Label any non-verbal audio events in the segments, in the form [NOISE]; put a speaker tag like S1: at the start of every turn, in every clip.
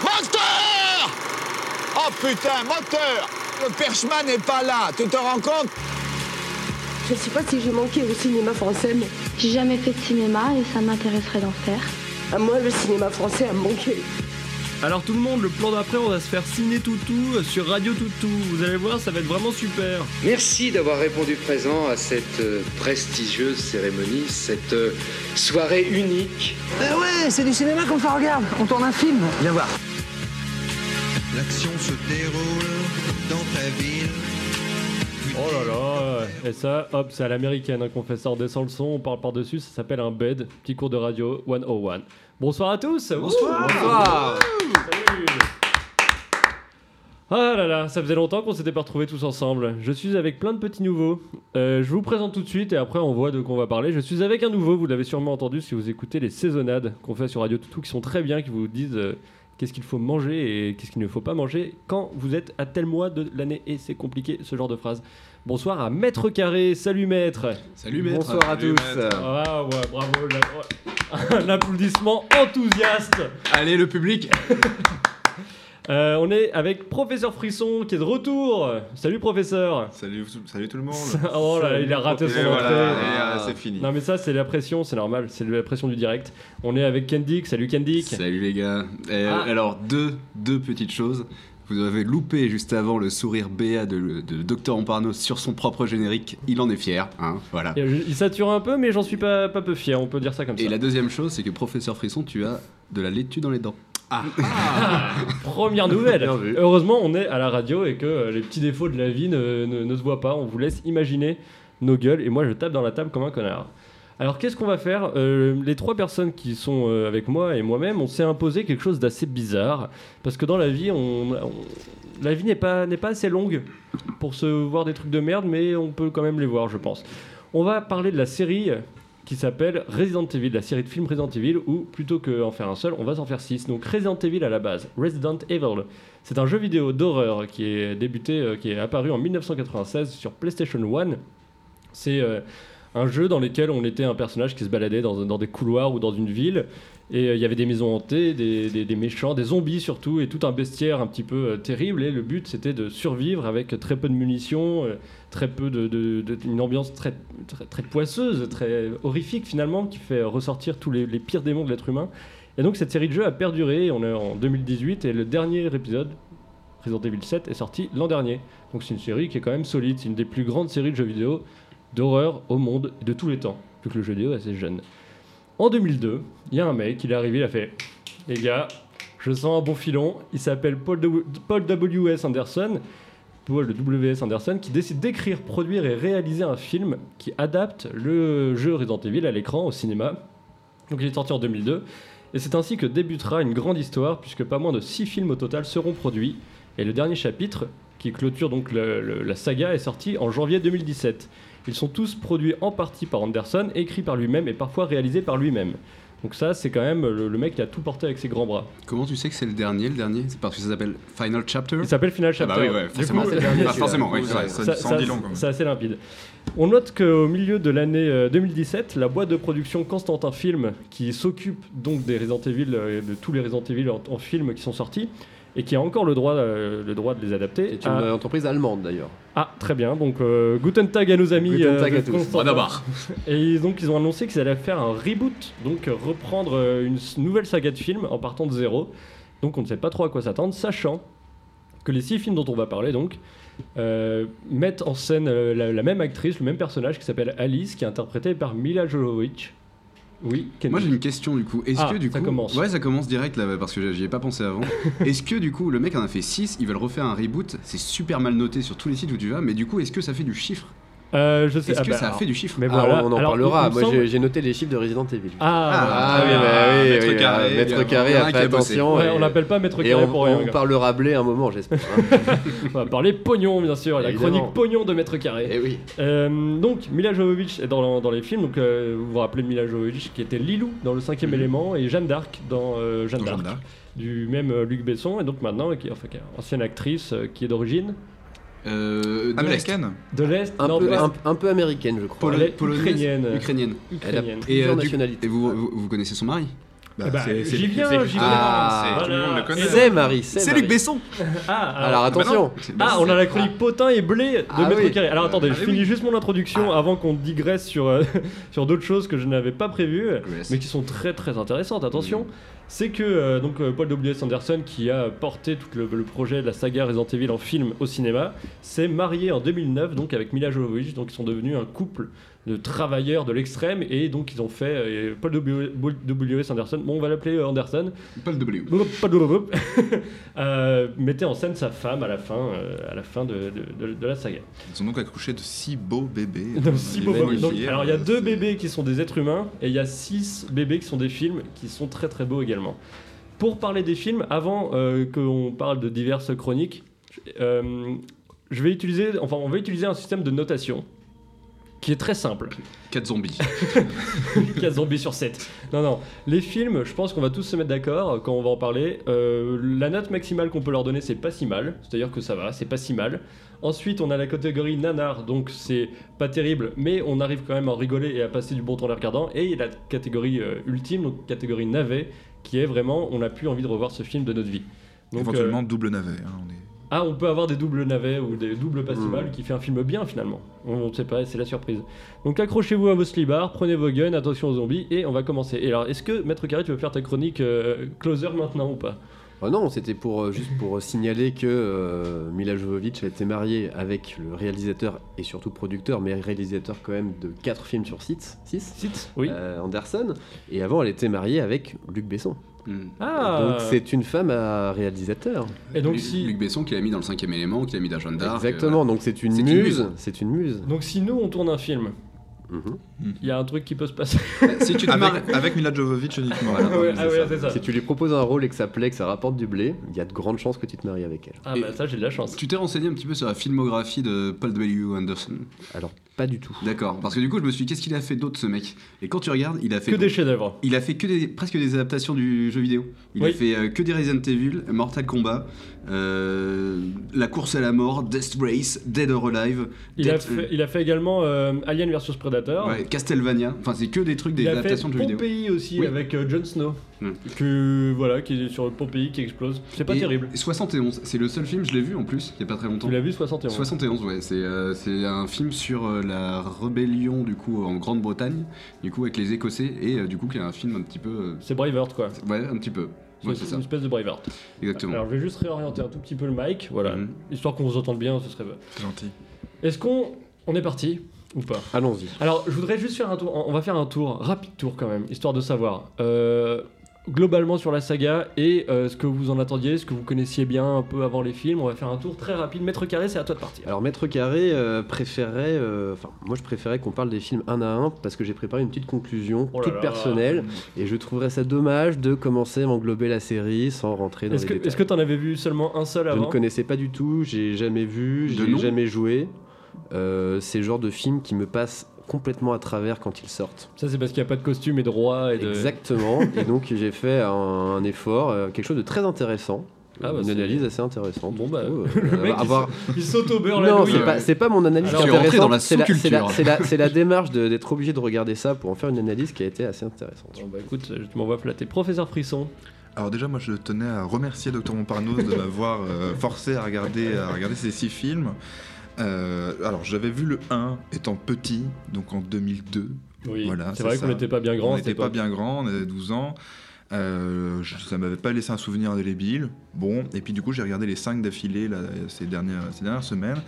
S1: Moteur Oh putain, moteur Le perchman n'est pas là, tu te rends compte
S2: Je ne sais pas si j'ai manqué au cinéma français, mais
S3: J'ai jamais fait de cinéma et ça m'intéresserait d'en faire.
S2: à moi, le cinéma français a manqué.
S4: Alors tout le monde, le plan d'après, on va se faire ciné toutou sur Radio Toutou. Vous allez voir, ça va être vraiment super.
S5: Merci d'avoir répondu présent à cette euh, prestigieuse cérémonie, cette euh, soirée unique.
S6: ouais, c'est du cinéma qu'on ça regarde. On tourne un film. Viens voir.
S7: L'action se déroule dans ta ville.
S4: Oh là là, et ça, hop, c'est à l'américaine hein, qu'on fait ça. On descend le son, on parle par-dessus, ça s'appelle un bed, petit cours de radio 101. Bonsoir à tous Bonsoir Ah là là, ça faisait longtemps qu'on s'était pas retrouvés tous ensemble. Je suis avec plein de petits nouveaux. Euh, je vous présente tout de suite et après on voit de quoi on va parler. Je suis avec un nouveau, vous l'avez sûrement entendu si vous écoutez les saisonnades qu'on fait sur Radio Toutou qui sont très bien, qui vous disent euh, qu'est-ce qu'il faut manger et qu'est-ce qu'il ne faut pas manger quand vous êtes à tel mois de l'année et c'est compliqué ce genre de phrase. Bonsoir à Maître Carré, salut Maître
S8: Salut maître.
S9: Bonsoir à
S8: Salut,
S9: tous.
S8: maître.
S4: Ah ouais, bravo, la- [LAUGHS] un applaudissement enthousiaste
S8: Allez le public.
S4: [LAUGHS] Euh, On est avec Professeur Frisson qui est de retour Salut Professeur [LAUGHS]
S8: Salut, tout- salut tout le monde.
S4: Oh là, il a raté
S8: Et
S4: son
S8: voilà,
S4: entrée
S8: et, euh,
S9: Ah.
S8: c'est fini.
S4: Non mais ça c'est la pression, c'est normal, c'est la pression du direct. On est avec Kendik, salut Kendik
S8: Salut les gars. Et, euh,
S4: Ah.
S8: Alors deux, deux petites choses. Vous avez loupé juste avant le sourire béat de, de Docteur Amparno sur son propre générique. Il en est fier, hein, voilà.
S4: Et je- Il sature un peu mais j'en suis pas, pas peu fier, on peut dire ça comme ça.
S8: Et la deuxième chose, c'est que professeur Frisson, tu as de la laitue dans les dents.
S4: Première nouvelle
S9: Bien vu.
S4: Heureusement, on est à la radio et que euh, les petits défauts de la vie ne, ne- ne se voient pas. On vous laisse imaginer nos gueules et moi je tape dans la table comme un connard. Alors qu'est-ce qu'on va faire Euh, Les trois personnes qui sont euh, avec moi et moi-même, on s'est imposé quelque chose d'assez bizarre parce que dans la vie, on, on- la vie n'est pas n'est pas assez longue pour se voir des trucs de merde, mais on peut quand même les voir, je pense. On va parler de la série qui s'appelle Resident Evil, la série de films Resident Evil, où plutôt qu'en faire un seul, on va s'en faire six. Donc Resident Evil à la base, Resident Evil, c'est un jeu vidéo d'horreur qui est débuté, euh, qui est apparu en 1996 sur PlayStation 1. C'est euh, un jeu dans lequel on était un personnage qui se baladait dans, dans des couloirs ou dans une ville. Et euh, il y avait des maisons hantées, des, des- des méchants, des zombies surtout, et tout un bestiaire un petit peu euh, terrible. Et le but, c'était de survivre avec très peu de munitions, euh, très peu de, de- de- une ambiance très, très, très poisseuse, très horrifique finalement, qui fait ressortir tous les, les pires démons de l'être humain. Et donc cette série de jeux a perduré. On est en 2018 et le dernier épisode, Resident Evil 7, est sorti l'an dernier. Donc c'est une série qui est quand même solide. C'est une des plus grandes séries de jeux vidéo d'horreur au monde de tous les temps. Plus que le jeu vidéo est assez jeune. En 2002, il y a un mec, il est arrivé, il a fait Les gars, je sens un bon filon. Il s'appelle Paul, W- Paul W.S. Anderson. Paul W.S. Anderson qui décide d'écrire, produire et réaliser un film qui adapte le jeu Resident Evil à l'écran, au cinéma. Donc il est sorti en 2002. Et c'est ainsi que débutera une grande histoire, puisque pas moins de 6 films au total seront produits. Et le dernier chapitre, qui clôture donc le- le- la saga, est sorti en janvier 2017. Ils sont tous produits en partie par Anderson, écrits par lui-même et parfois réalisés par lui-même. Donc ça, c'est quand même le, le mec qui a tout porté avec ses grands bras.
S8: Comment tu sais que c'est le dernier, le dernier C'est parce que ça s'appelle Final Chapter
S4: Il s'appelle Final
S8: Ah
S4: Chapter.
S8: bah oui, ouais,
S4: Du coup,
S8: forcément.
S4: c'est le dernier,
S8: Ah,
S4: celui-là.
S8: forcément, oui, c'est vrai.
S4: Ça-
S7: ça,
S4: ça-
S7: s'en dit long quand même.
S4: C'est assez limpide. On note qu'au milieu de l'année euh, 2017, la boîte de production Constantin Film, qui s'occupe donc des Resident Evil, euh, de tous les Resident Evil en, en film qui sont sortis, et qui a encore le droit, euh, le droit de les adapter.
S9: C'est une
S4: a-
S9: euh, entreprise allemande d'ailleurs.
S4: Ah, très bien. Donc, euh, Guten Tag à nos amis. euh,
S9: Guten Tag à tous.
S4: Constantin. Et ils- donc, ils ont annoncé qu'ils allaient faire un reboot, donc euh, reprendre euh, une s- nouvelle saga de films en partant de zéro. Donc, on ne sait pas trop à quoi s'attendre, sachant que les six films dont on va parler, donc, euh, mettent en scène euh, la, la même actrice, le même personnage qui s'appelle Alice, qui est interprétée par Mila Jovovich. Oui, Kenny.
S8: Moi j'ai une question du coup. Est-ce
S4: Ah,
S8: que du
S4: ça
S8: coup.
S4: commence.
S8: Ouais, ça commence direct là parce que j'y ai pas
S4: [LAUGHS]
S8: pensé avant. est-ce que du coup le mec en a fait 6, ils veulent refaire un reboot, c'est super mal noté sur tous les sites où tu vas, mais du coup est-ce que ça fait du chiffre
S4: Euh, je sais.
S8: Est-ce
S4: ah
S8: que
S4: bah,
S8: ça a
S4: alors-
S8: fait du chiffre
S4: Mais
S9: Ah,
S4: voilà.
S9: on en
S4: Alors,
S9: parlera.
S4: il me
S9: Moi
S4: semble-
S9: j'ai- j'ai noté les chiffres de Resident Evil.
S4: Ah,
S8: Ah, oui,
S9: bah
S8: Maître Carré,
S9: Maître
S8: bien.
S9: Carré
S8: Il y en a
S9: a
S8: un
S9: fait
S8: qui a bossé.
S9: attention.
S4: ouais,
S9: et-
S4: on n'appelle pas Maître
S9: Et
S4: Carré
S9: on,
S4: pour rien.
S9: on
S4: gars.
S9: parlera blé un
S5: [LAUGHS]
S9: moment, j'espère.
S4: On va parler pognon, bien sûr. La
S9: Évidemment.
S4: chronique pognon de Maître Carré.
S5: Eh
S9: Et oui.
S4: Euh, donc Mila Jovovich est dans, dans les films. Donc euh, vous vous rappelez Mila Jovovich qui était Lilou dans Le Cinquième Élément et Jeanne d'Arc dans euh, Jeanne
S8: Mhm. Dans Jeanne
S4: d'Arc du même euh, Luc Besson et donc maintenant qui, enfin, qui est ancienne actrice euh, qui est d'origine
S8: Euh, de l'Est.
S7: Américaine
S4: de l'est,
S9: Un,
S4: non, de
S9: peu,
S4: l'Est,
S9: un, un peu américaine, je crois.
S4: Polo-
S8: Polo-
S4: Ukrainienne.
S8: Ukrainienne.
S9: Elle a
S4: ukrainienne.
S8: Et,
S9: plusieurs
S8: euh, du-
S9: nationalités.
S8: et vous, vous, vous connaissez son mari
S4: Eh ben,
S10: Bah, c'est- c'est-
S4: j'y viens,
S10: c'est-
S4: j'y viens.
S9: Ah,
S10: c'est- tout le monde le connaît.
S9: C'est Marie, c'est
S8: C'est
S9: Marie.
S8: Luc Besson
S4: Ah, alors-
S9: Alors attention.
S4: Ah, on a la chronique potin et blé de
S9: Ah
S4: Maître
S9: oui.
S4: Carré. Alors attendez,
S8: Ah
S4: je
S8: oui,
S4: finis juste mon introduction avant qu'on digresse sur, euh, [LAUGHS] sur d'autres choses que je n'avais pas prévues,
S8: Digresse.
S4: mais qui sont très très intéressantes, attention. C'est que euh, donc euh, Paul W.S. Anderson, qui a porté tout le, le projet de la saga Resident Evil en film au cinéma, s'est marié en 2009 donc avec Mila Jovovich, donc ils sont devenus un couple de travailleurs de l'extrême et donc ils ont fait euh, Paul W.S. Anderson, bon on va l'appeler euh, Anderson,
S8: Paul W.
S4: [LAUGHS] euh, mettait en scène sa femme à la fin, euh, à la fin de, de- de- de la saga.
S10: Ils ont donc accouché de six beaux
S4: [LAUGHS]
S10: bébés.
S4: Donc, six
S10: Il
S4: beaux
S10: est
S4: bébés.
S10: magnifique.
S4: Donc, alors il y a
S10: C'est-
S4: deux bébés qui sont des êtres humains et il y a six bébés qui sont des films qui sont très très beaux également. Pour parler des films, avant euh, qu'on parle de diverses chroniques, euh, je vais utiliser, enfin on va utiliser un système de notation qui est très simple. [LAUGHS]
S8: 4 zombies.
S4: 4 zombies sur 7. Non, non. Les films, je pense qu'on va tous se mettre d'accord euh, quand on va en parler. Euh, la note maximale qu'on peut leur donner, c'est pas si mal. C'est-à-dire que ça va, c'est pas si mal. Ensuite, on a la catégorie nanar, donc c'est pas terrible, mais on arrive quand même à en rigoler et à passer du bon temps en les regardant. Et la catégorie euh, ultime, donc catégorie navet, qui est vraiment, on n'a plus envie de revoir ce film de notre vie. Donc,
S10: Éventuellement
S4: euh,
S10: double navet. hein, on est-
S4: ah, on peut avoir des doubles navets ou des doubles pastivals
S9: Mm.
S4: qui fait un film bien finalement. On ne sait pas, c'est la surprise. Donc accrochez-vous à vos slibards, prenez vos guns, attention aux zombies et on va commencer. Et alors, est-ce que Maître Carré, tu veux faire ta chronique euh, closer maintenant ou pas
S9: Oh non, c'était pour euh, juste pour signaler que euh, Mila Jovovich a été mariée avec le réalisateur et surtout producteur, mais réalisateur quand même de 4 films sur 6,
S4: Oui.
S9: Euh, Anderson. Et avant, elle était mariée avec Luc Besson.
S8: Hmm.
S4: ah
S9: Donc c'est une femme à réalisateur.
S4: Et donc si,
S8: Luc Besson qui l'a mis dans le cinquième élément, qui l'a mis dans Jeanne d'Arc. euh,
S9: Exactement. Donc c'est une,
S8: C'est une
S9: muse.
S8: muse.
S9: C'est une muse.
S4: donc si nous on tourne un film,
S9: Mhm.
S4: il y a un truc qui peut se passer.
S8: euh, voilà. Si tu te maries-
S10: Ah, Avec, avec Mila Jovovich uniquement.
S8: Voilà.
S4: [LAUGHS] Ouais,
S8: c'est
S4: ah ouais,
S8: ça.
S4: c'est ça.
S9: Si tu lui proposes un rôle et que ça plaît, que ça rapporte du blé, il y a de grandes chances que tu te maries avec elle.
S4: Ah bah ça j'ai de la chance.
S8: Tu t'es renseigné un petit peu sur la filmographie de Paul W. Anderson.
S9: Alors pas du tout.
S8: D'accord, parce que du coup, je me suis dit, qu'est-ce qu'il a fait d'autre ce mec Et quand tu regardes, il a fait.
S4: Que des chefs-d'œuvre.
S8: Il a fait que des, presque des adaptations du jeu vidéo. Il
S4: Oui.
S8: a fait euh, que des Resident Evil, Mortal Kombat, euh, La course à la mort, Death Race, Dead or Alive,
S4: Il a
S8: Death-
S4: fait, il a fait également euh, Alien vs Predator.
S8: ouais, Castlevania. Enfin, c'est que des trucs, des
S4: Oh. Il a fait
S8: adaptations de jeux vidéo.
S4: Pompéi aussi
S8: Oui.
S4: avec euh, Jon Snow,
S8: Mm.
S4: que voilà, qui est sur Pompéi qui explose. C'est pas
S8: Et
S4: terrible.
S8: 71, c'est le seul film, je l'ai vu en plus, il y a pas très longtemps.
S4: Tu l'as vu 71.
S8: 71, ouais, c'est euh, c'est un film sur euh, la rébellion du coup en Grande-Bretagne, du coup avec les Écossais, et euh, du coup qui est un film un petit peu.
S4: C'est Braveheart quoi.
S8: euh, ouais, un petit peu. Ouais, c'est
S4: c'est
S8: ça,
S4: une espèce de Braveheart.
S8: exactement.
S4: Alors je vais juste réorienter un tout petit peu le mic, voilà,
S8: Mhm.
S4: histoire qu'on vous entende bien, ce serait.
S10: C'est gentil.
S4: Est-ce qu'on on est parti ou pas
S9: Allons-y.
S4: Alors je voudrais juste faire un tour, on va faire un tour rapide tour quand même, histoire de savoir euh, globalement sur la saga et euh, ce que vous en attendiez, ce que vous connaissiez bien un peu avant les films. On va faire un tour très rapide. Maître Carré, c'est à toi de partir.
S9: Alors Maître Carré euh, préférait, euh, enfin moi je préférais qu'on parle des films un à un parce que j'ai préparé une petite conclusion
S4: Oh là
S9: toute
S4: là.
S9: personnelle et je trouverais ça dommage de commencer à englober la série sans rentrer dans
S4: Est-ce
S9: les
S4: que
S9: détails.
S4: est-ce que t'en avais vu seulement un seul
S9: je
S4: avant
S9: ne connaissais pas du tout, j'ai jamais vu,
S8: De
S9: j'ai
S8: nom
S9: jamais joué. Euh, c'est le genre de film qui me passe complètement à travers quand ils sortent.
S4: Ça c'est parce qu'il n'y a pas de costume et de roi et de.
S9: Exactement. et donc j'ai fait un, un effort, euh, quelque chose de très intéressant,
S4: Ah bah,
S9: une
S4: c'est-
S9: analyse assez intéressante.
S4: Bon, bah,
S9: je trouve.
S4: [LAUGHS] le mec, il
S9: avoir,
S4: [LAUGHS] Il saute au beurre la
S9: Non,
S4: nouille.
S9: c'est pas, c'est pas mon analyse
S4: Alors,
S9: qui est
S8: tu es rentré
S9: intéressante,
S8: dans la
S9: c'est la, c'est la-
S8: sous-culture.
S9: c'est la- c'est la démarche de- d'être obligé de regarder ça pour en faire une analyse qui a été assez intéressante.
S4: Bon bah écoute, je m'envoie flatter. Professeur Frisson,
S10: Alors déjà, moi, je tenais à remercier Dr Montparnasse de m'avoir euh, forcé à regarder, à regarder ces six films. Euh, alors, j'avais vu le 1 étant petit, donc en 2002.
S4: Oui,
S10: Voilà,
S4: c'est
S10: c'est
S4: vrai
S10: ça.
S4: qu'on n'était pas bien grand,
S10: on n'était pas
S4: pas
S10: bien grand, on avait 12 ans. Euh, je- ça m'avait pas laissé un souvenir indélébile. Bon, et puis du coup, j'ai regardé les 5 d'affilée là, ces, dernières, ces dernières semaines.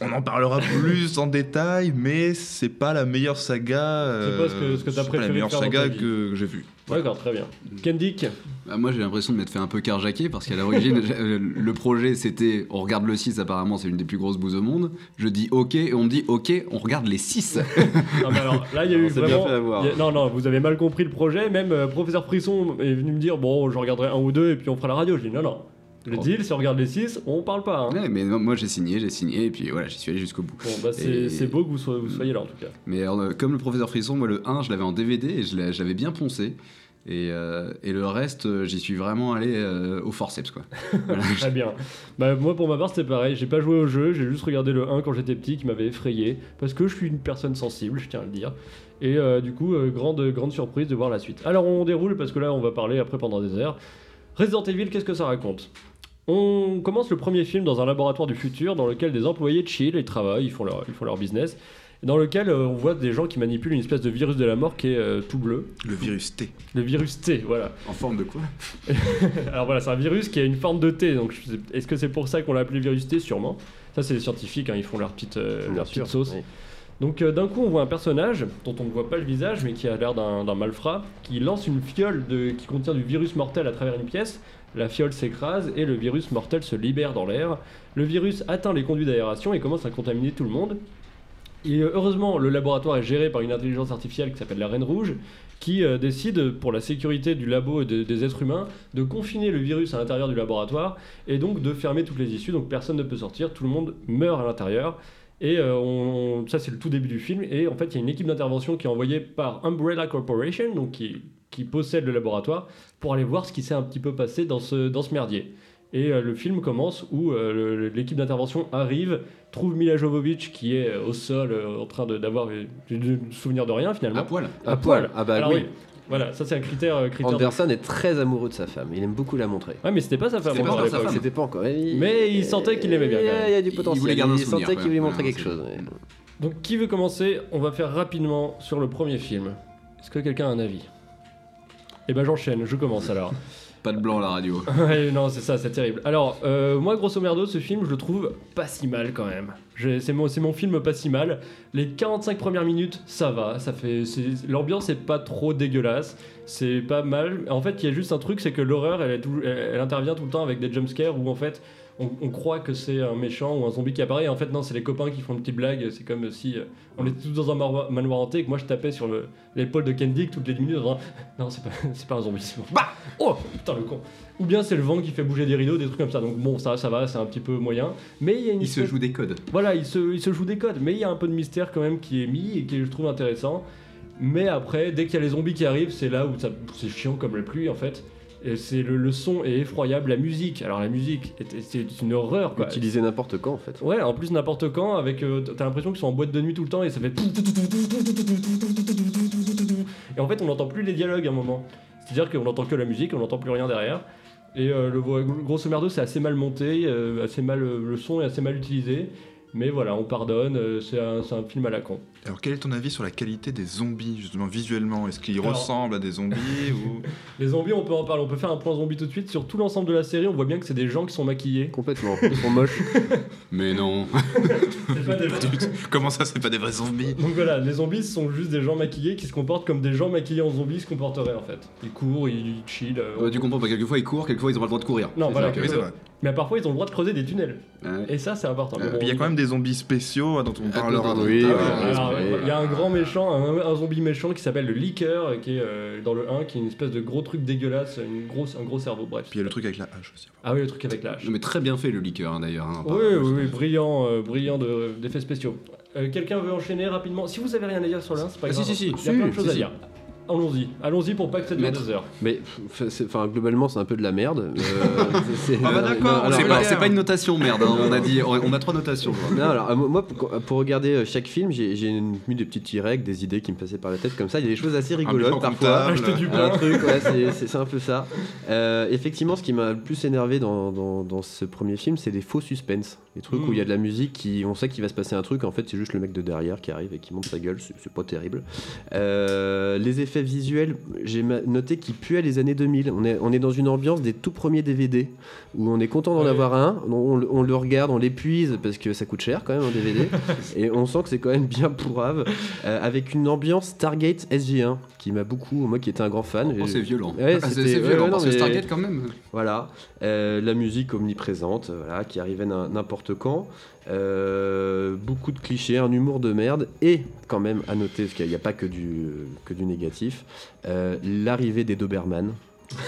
S10: On en parlera plus en détail, mais c'est pas la meilleure saga. euh,
S4: C'est pas ce que- ce que t'as
S10: c'est pas
S4: préféré
S10: la meilleure
S4: faire dans ta
S10: saga
S4: vie.
S10: que, que j'ai vue.
S4: D'accord, très bien. Kendick,
S8: Bah, moi j'ai l'impression de m'être fait un peu carjacker parce
S4: [LAUGHS]
S8: qu'à l'origine j'ai- euh, le projet c'était on regarde le 6 apparemment c'est une des plus grosses bouses au monde. Je dis ok et on me dit ok on regarde les
S4: [LAUGHS]
S8: 6.
S4: non mais alors là il y a
S9: On
S4: eu
S9: s'est bien
S4: vraiment...
S9: fait avoir.
S4: il y a- Non, non, vous avez mal compris le projet, même euh, Professeur Frisson est venu me dire, bon, je regarderai un ou deux et puis on fera la radio. Je dis, non, non. Le
S8: Oh.
S4: deal, si on regarde les six, on parle pas. hein.
S8: Ouais, mais non, moi j'ai signé, j'ai signé et puis voilà j'y suis allé jusqu'au bout.
S4: Bon, bah c'est
S8: Et-
S4: c'est beau que vous, so- vous soyez là en tout cas.
S8: Mais euh, comme le professeur Frisson, moi le 1 je l'avais en DVD et je l'ai- je l'avais bien poncé. Et, euh, et le reste euh, j'y suis vraiment allé euh, au forceps quoi.
S9: Ah
S4: Très bien. Bah moi pour ma part c'était pareil, j'ai pas joué au jeu, j'ai juste regardé le 1 quand j'étais petit qui m'avait effrayé, parce que je suis une personne sensible, je tiens à le dire. Et euh, du coup, euh, grande, grande surprise de voir la suite. Alors on déroule parce que là on va parler après pendant des heures. Resident Evil, qu'est-ce que ça raconte On commence le premier film dans un laboratoire du futur dans lequel des employés chill et travaillent, ils font leur, ils font leur business. Dans lequel euh, on voit des gens qui manipulent une espèce de virus de la mort qui est euh, tout bleu.
S10: Le virus T.
S4: Le virus T, voilà.
S8: En forme de quoi
S4: Alors voilà, c'est un virus qui a une forme de T. Donc je sais- est-ce que c'est pour ça qu'on l'a appelé virus T Sûrement. Ça, c'est les scientifiques, hein, ils font leur petite, euh, leur petite sauce. Donc euh, d'un coup, on voit un personnage dont on ne voit pas le visage, mais qui a l'air d'un d'un malfrat, qui lance une fiole de, qui contient du virus mortel à travers une pièce. La fiole s'écrase et le virus mortel se libère dans l'air. Le virus atteint les conduits d'aération et commence à contaminer tout le monde. Et euh, heureusement, le laboratoire est géré par une intelligence artificielle qui s'appelle la Reine Rouge, qui euh, décide, pour la sécurité du labo et de- des êtres humains, de confiner le virus à l'intérieur du laboratoire et donc de fermer toutes les issues. Donc personne ne peut sortir, tout le monde meurt à l'intérieur. Et euh, on- ça, c'est le tout début du film. Et en fait, il y a une équipe d'intervention qui est envoyée par Umbrella Corporation, donc qui, qui possède le laboratoire, pour aller voir ce qui s'est un petit peu passé dans ce, dans ce merdier. Et euh, le film commence où euh, le- l'équipe d'intervention arrive, trouve Mila Jovovich qui est euh, au sol euh, en train de- d'avoir euh, du- du souvenir de rien finalement.
S8: À poil
S9: À poil. Ah bah
S4: Alors
S9: oui.
S4: oui. Voilà, ça c'est un critère. euh, critère
S9: Anderson est très amoureux de sa femme. Il aime beaucoup la montrer.
S4: Ouais, mais c'était pas sa femme
S8: C'était
S4: encore
S8: pas
S4: à
S8: sa
S4: l'époque.
S8: femme.
S9: C'était pas encore.
S4: Ah. Mais il sentait qu'il aimait bien,
S9: Il y
S4: quand
S9: a,
S4: même.
S9: il y a du
S8: Il
S9: potentiel.
S8: voulait garder un souvenir,
S9: sentait
S8: quand
S9: qu'il
S8: même.
S9: voulait montrer
S8: Ouais,
S9: quelque
S8: c'est-
S9: chose. ouais.
S4: Donc qui veut commencer On va faire rapidement sur le premier film. Est-ce que quelqu'un a un avis Eh ben j'enchaîne, je commence alors.
S8: Pas de blanc à la radio.
S9: [LAUGHS]
S4: [LAUGHS] Ouais, non, c'est ça, c'est terrible. Alors, euh, moi, grosso merdo, ce film, je le trouve pas si mal quand même. Je- C'est mon, c'est mon film pas si mal. Les 45 premières minutes, ça va. Ça fait, c'est- l'ambiance est pas trop dégueulasse. C'est pas mal. En fait, il y a juste un truc, c'est que l'horreur, elle, est tout- elle- elle intervient tout le temps avec des jumpscares où en fait, on, on croit que c'est un méchant ou un zombie qui apparaît. Et en fait, non, c'est les copains qui font une petite blague. C'est comme si euh, on était tous dans un manoir manoir hanté et que moi, je tapais sur le- l'épaule de Kendick toutes les 10 minutes. en disant, Non, c'est pas, [LAUGHS] c'est pas un zombie. c'est bon. Bah Oh putain, le con. Ou bien c'est le vent qui fait bouger des rideaux, des trucs comme ça. Donc bon, ça, ça va, c'est un petit peu moyen. Mais il y a une
S8: Il se
S4: espèce-
S8: joue des codes.
S4: voilà, il se, il se joue des codes, mais il y a un peu de mystère quand même qui est mis et qui je trouve intéressant. Mais après, dès qu'il y a les zombies qui arrivent, c'est là où ça- c'est chiant comme la pluie en fait. Et c'est le, le son est effroyable, la musique. Alors la musique, est- est- c'est une horreur quoi.
S9: Utilisé n'importe quand en fait.
S4: Ouais, en plus n'importe quand, avec euh, t'as l'impression qu'ils sont en boîte de nuit tout le temps et ça fait. Et en fait, on n'entend plus les dialogues à un moment. C'est-à-dire qu'on n'entend que la musique, on n'entend plus rien derrière. Et euh, le vo- grosso merdo, c'est assez mal monté, euh, assez mal euh, le son est assez mal utilisé. Mais voilà, on pardonne. euh, c'est un, c'est un film à la con.
S10: Alors, quel est ton avis sur la qualité des zombies, justement, visuellement Est-ce qu'ils
S4: Alors-
S10: ressemblent à des zombies ou...
S4: Les zombies, on peut en parler. On peut faire un point zombie tout de suite sur tout l'ensemble de la série. On voit bien que c'est des gens qui sont maquillés.
S9: Complètement. Ils sont moches.
S8: Mais non.
S4: [LAUGHS] C'est pas des vrais.
S10: [LAUGHS] Comment ça, c'est pas des vrais zombies
S4: [LAUGHS] Donc voilà, les zombies ce sont juste des gens maquillés qui se comportent comme des gens maquillés en zombies se comporteraient en fait. Ils courent, ils chillent. euh,
S8: Ouais, tu comprends pas, quelquefois ils courent, quelquefois ils ont pas le droit de courir.
S4: Non,
S8: C'est
S4: voilà.
S8: ça,
S10: Oui, c'est vrai.
S4: Mais parfois, ils ont le droit de creuser des tunnels.
S8: ok. Ouais.
S4: Et ça, c'est important. Mais
S8: Euh,
S4: bon,
S10: Il y a quand même euh, des zombies spéciaux hein, dont on
S8: Ah,
S10: parlera.
S8: pardon.
S10: plus
S9: oui,
S10: tard.
S9: oui.
S4: Alors,
S9: Ouais.
S4: Ah, il y a un grand méchant, un, un zombie méchant qui s'appelle le Liqueur, euh, qui est euh, dans le 1, qui est une espèce de gros truc dégueulasse, une grosse, un gros cerveau, bref.
S10: Puis il y a le truc avec la hache aussi.
S4: Ah oui, le truc avec l'âge.
S8: Non, mais très bien fait le liqueur hein, d'ailleurs. hein, par-
S4: Oui, oui, oui, brillant, euh, brillant de- d'effets spéciaux. Euh, Quelqu'un veut enchaîner rapidement Si vous avez rien à dire sur le 1, c'est pas
S8: Ah,
S4: grave.
S8: si, si, si.
S4: Il y a plein de
S8: Si,
S4: choses
S8: si,
S4: à
S8: si.
S4: dire. Allons-y, allons-y pour pas que ça dure
S8: Maître.
S4: deux heures.
S9: Mais pff, c'est- enfin globalement c'est un peu de la merde.
S4: [LAUGHS]
S9: Euh, c'est- c'est-
S10: Ah bah d'accord,
S9: non, alors-
S8: C'est pas,
S10: alors-
S8: c'est pas une notation merde, hein, on a dit, on on a trois notations. je crois.
S9: Non, alors, euh, moi, pour, pour regarder euh, chaque film, j'ai j'ai mis des petites règles, des idées qui me passaient par la tête comme ça. Il y a des choses assez rigolotes
S10: bilan
S9: parfois.
S10: comptable.
S4: Acheter du
S9: Un
S4: pain.
S9: truc,
S4: [LAUGHS]
S9: ouais, c'est- c'est c'est un peu ça. Euh, effectivement, ce qui m'a le plus énervé dans, dans- dans ce premier film, c'est des faux suspense. Des trucs
S4: Mm.
S9: où il y a de la musique, qui, on sait qu'il va se passer un truc, en fait, c'est juste le mec de derrière qui arrive et qui monte sa gueule, c'est c'est pas terrible. Euh, les effets visuels, j'ai ma- noté qu'ils puaient les années 2000. On est, on est dans une ambiance des tout premiers DVD où on est content d'en
S4: Ouais.
S9: avoir un, on, on le- on le regarde, on l'épuise parce que ça coûte cher quand même un DVD et on sent que c'est quand même bien pourrave euh, avec une ambiance Stargate SG1 qui m'a beaucoup, moi qui étais un grand fan.
S8: Oh,
S9: j'ai-
S8: c'est violent.
S9: Ouais,
S8: Ah, c'est
S9: c'était-
S8: c'est
S9: ouais,
S8: violent
S9: ouais,
S8: parce
S9: non,
S8: que
S9: mais-
S8: Stargate quand même.
S9: Voilà, Euh, la musique omniprésente, euh, voilà, qui arrivait n'im- n'importe quand, Euh, beaucoup de clichés, un humour de merde, et quand même à noter, parce qu'il n'y a pas que du, que du négatif, euh, l'arrivée des Doberman.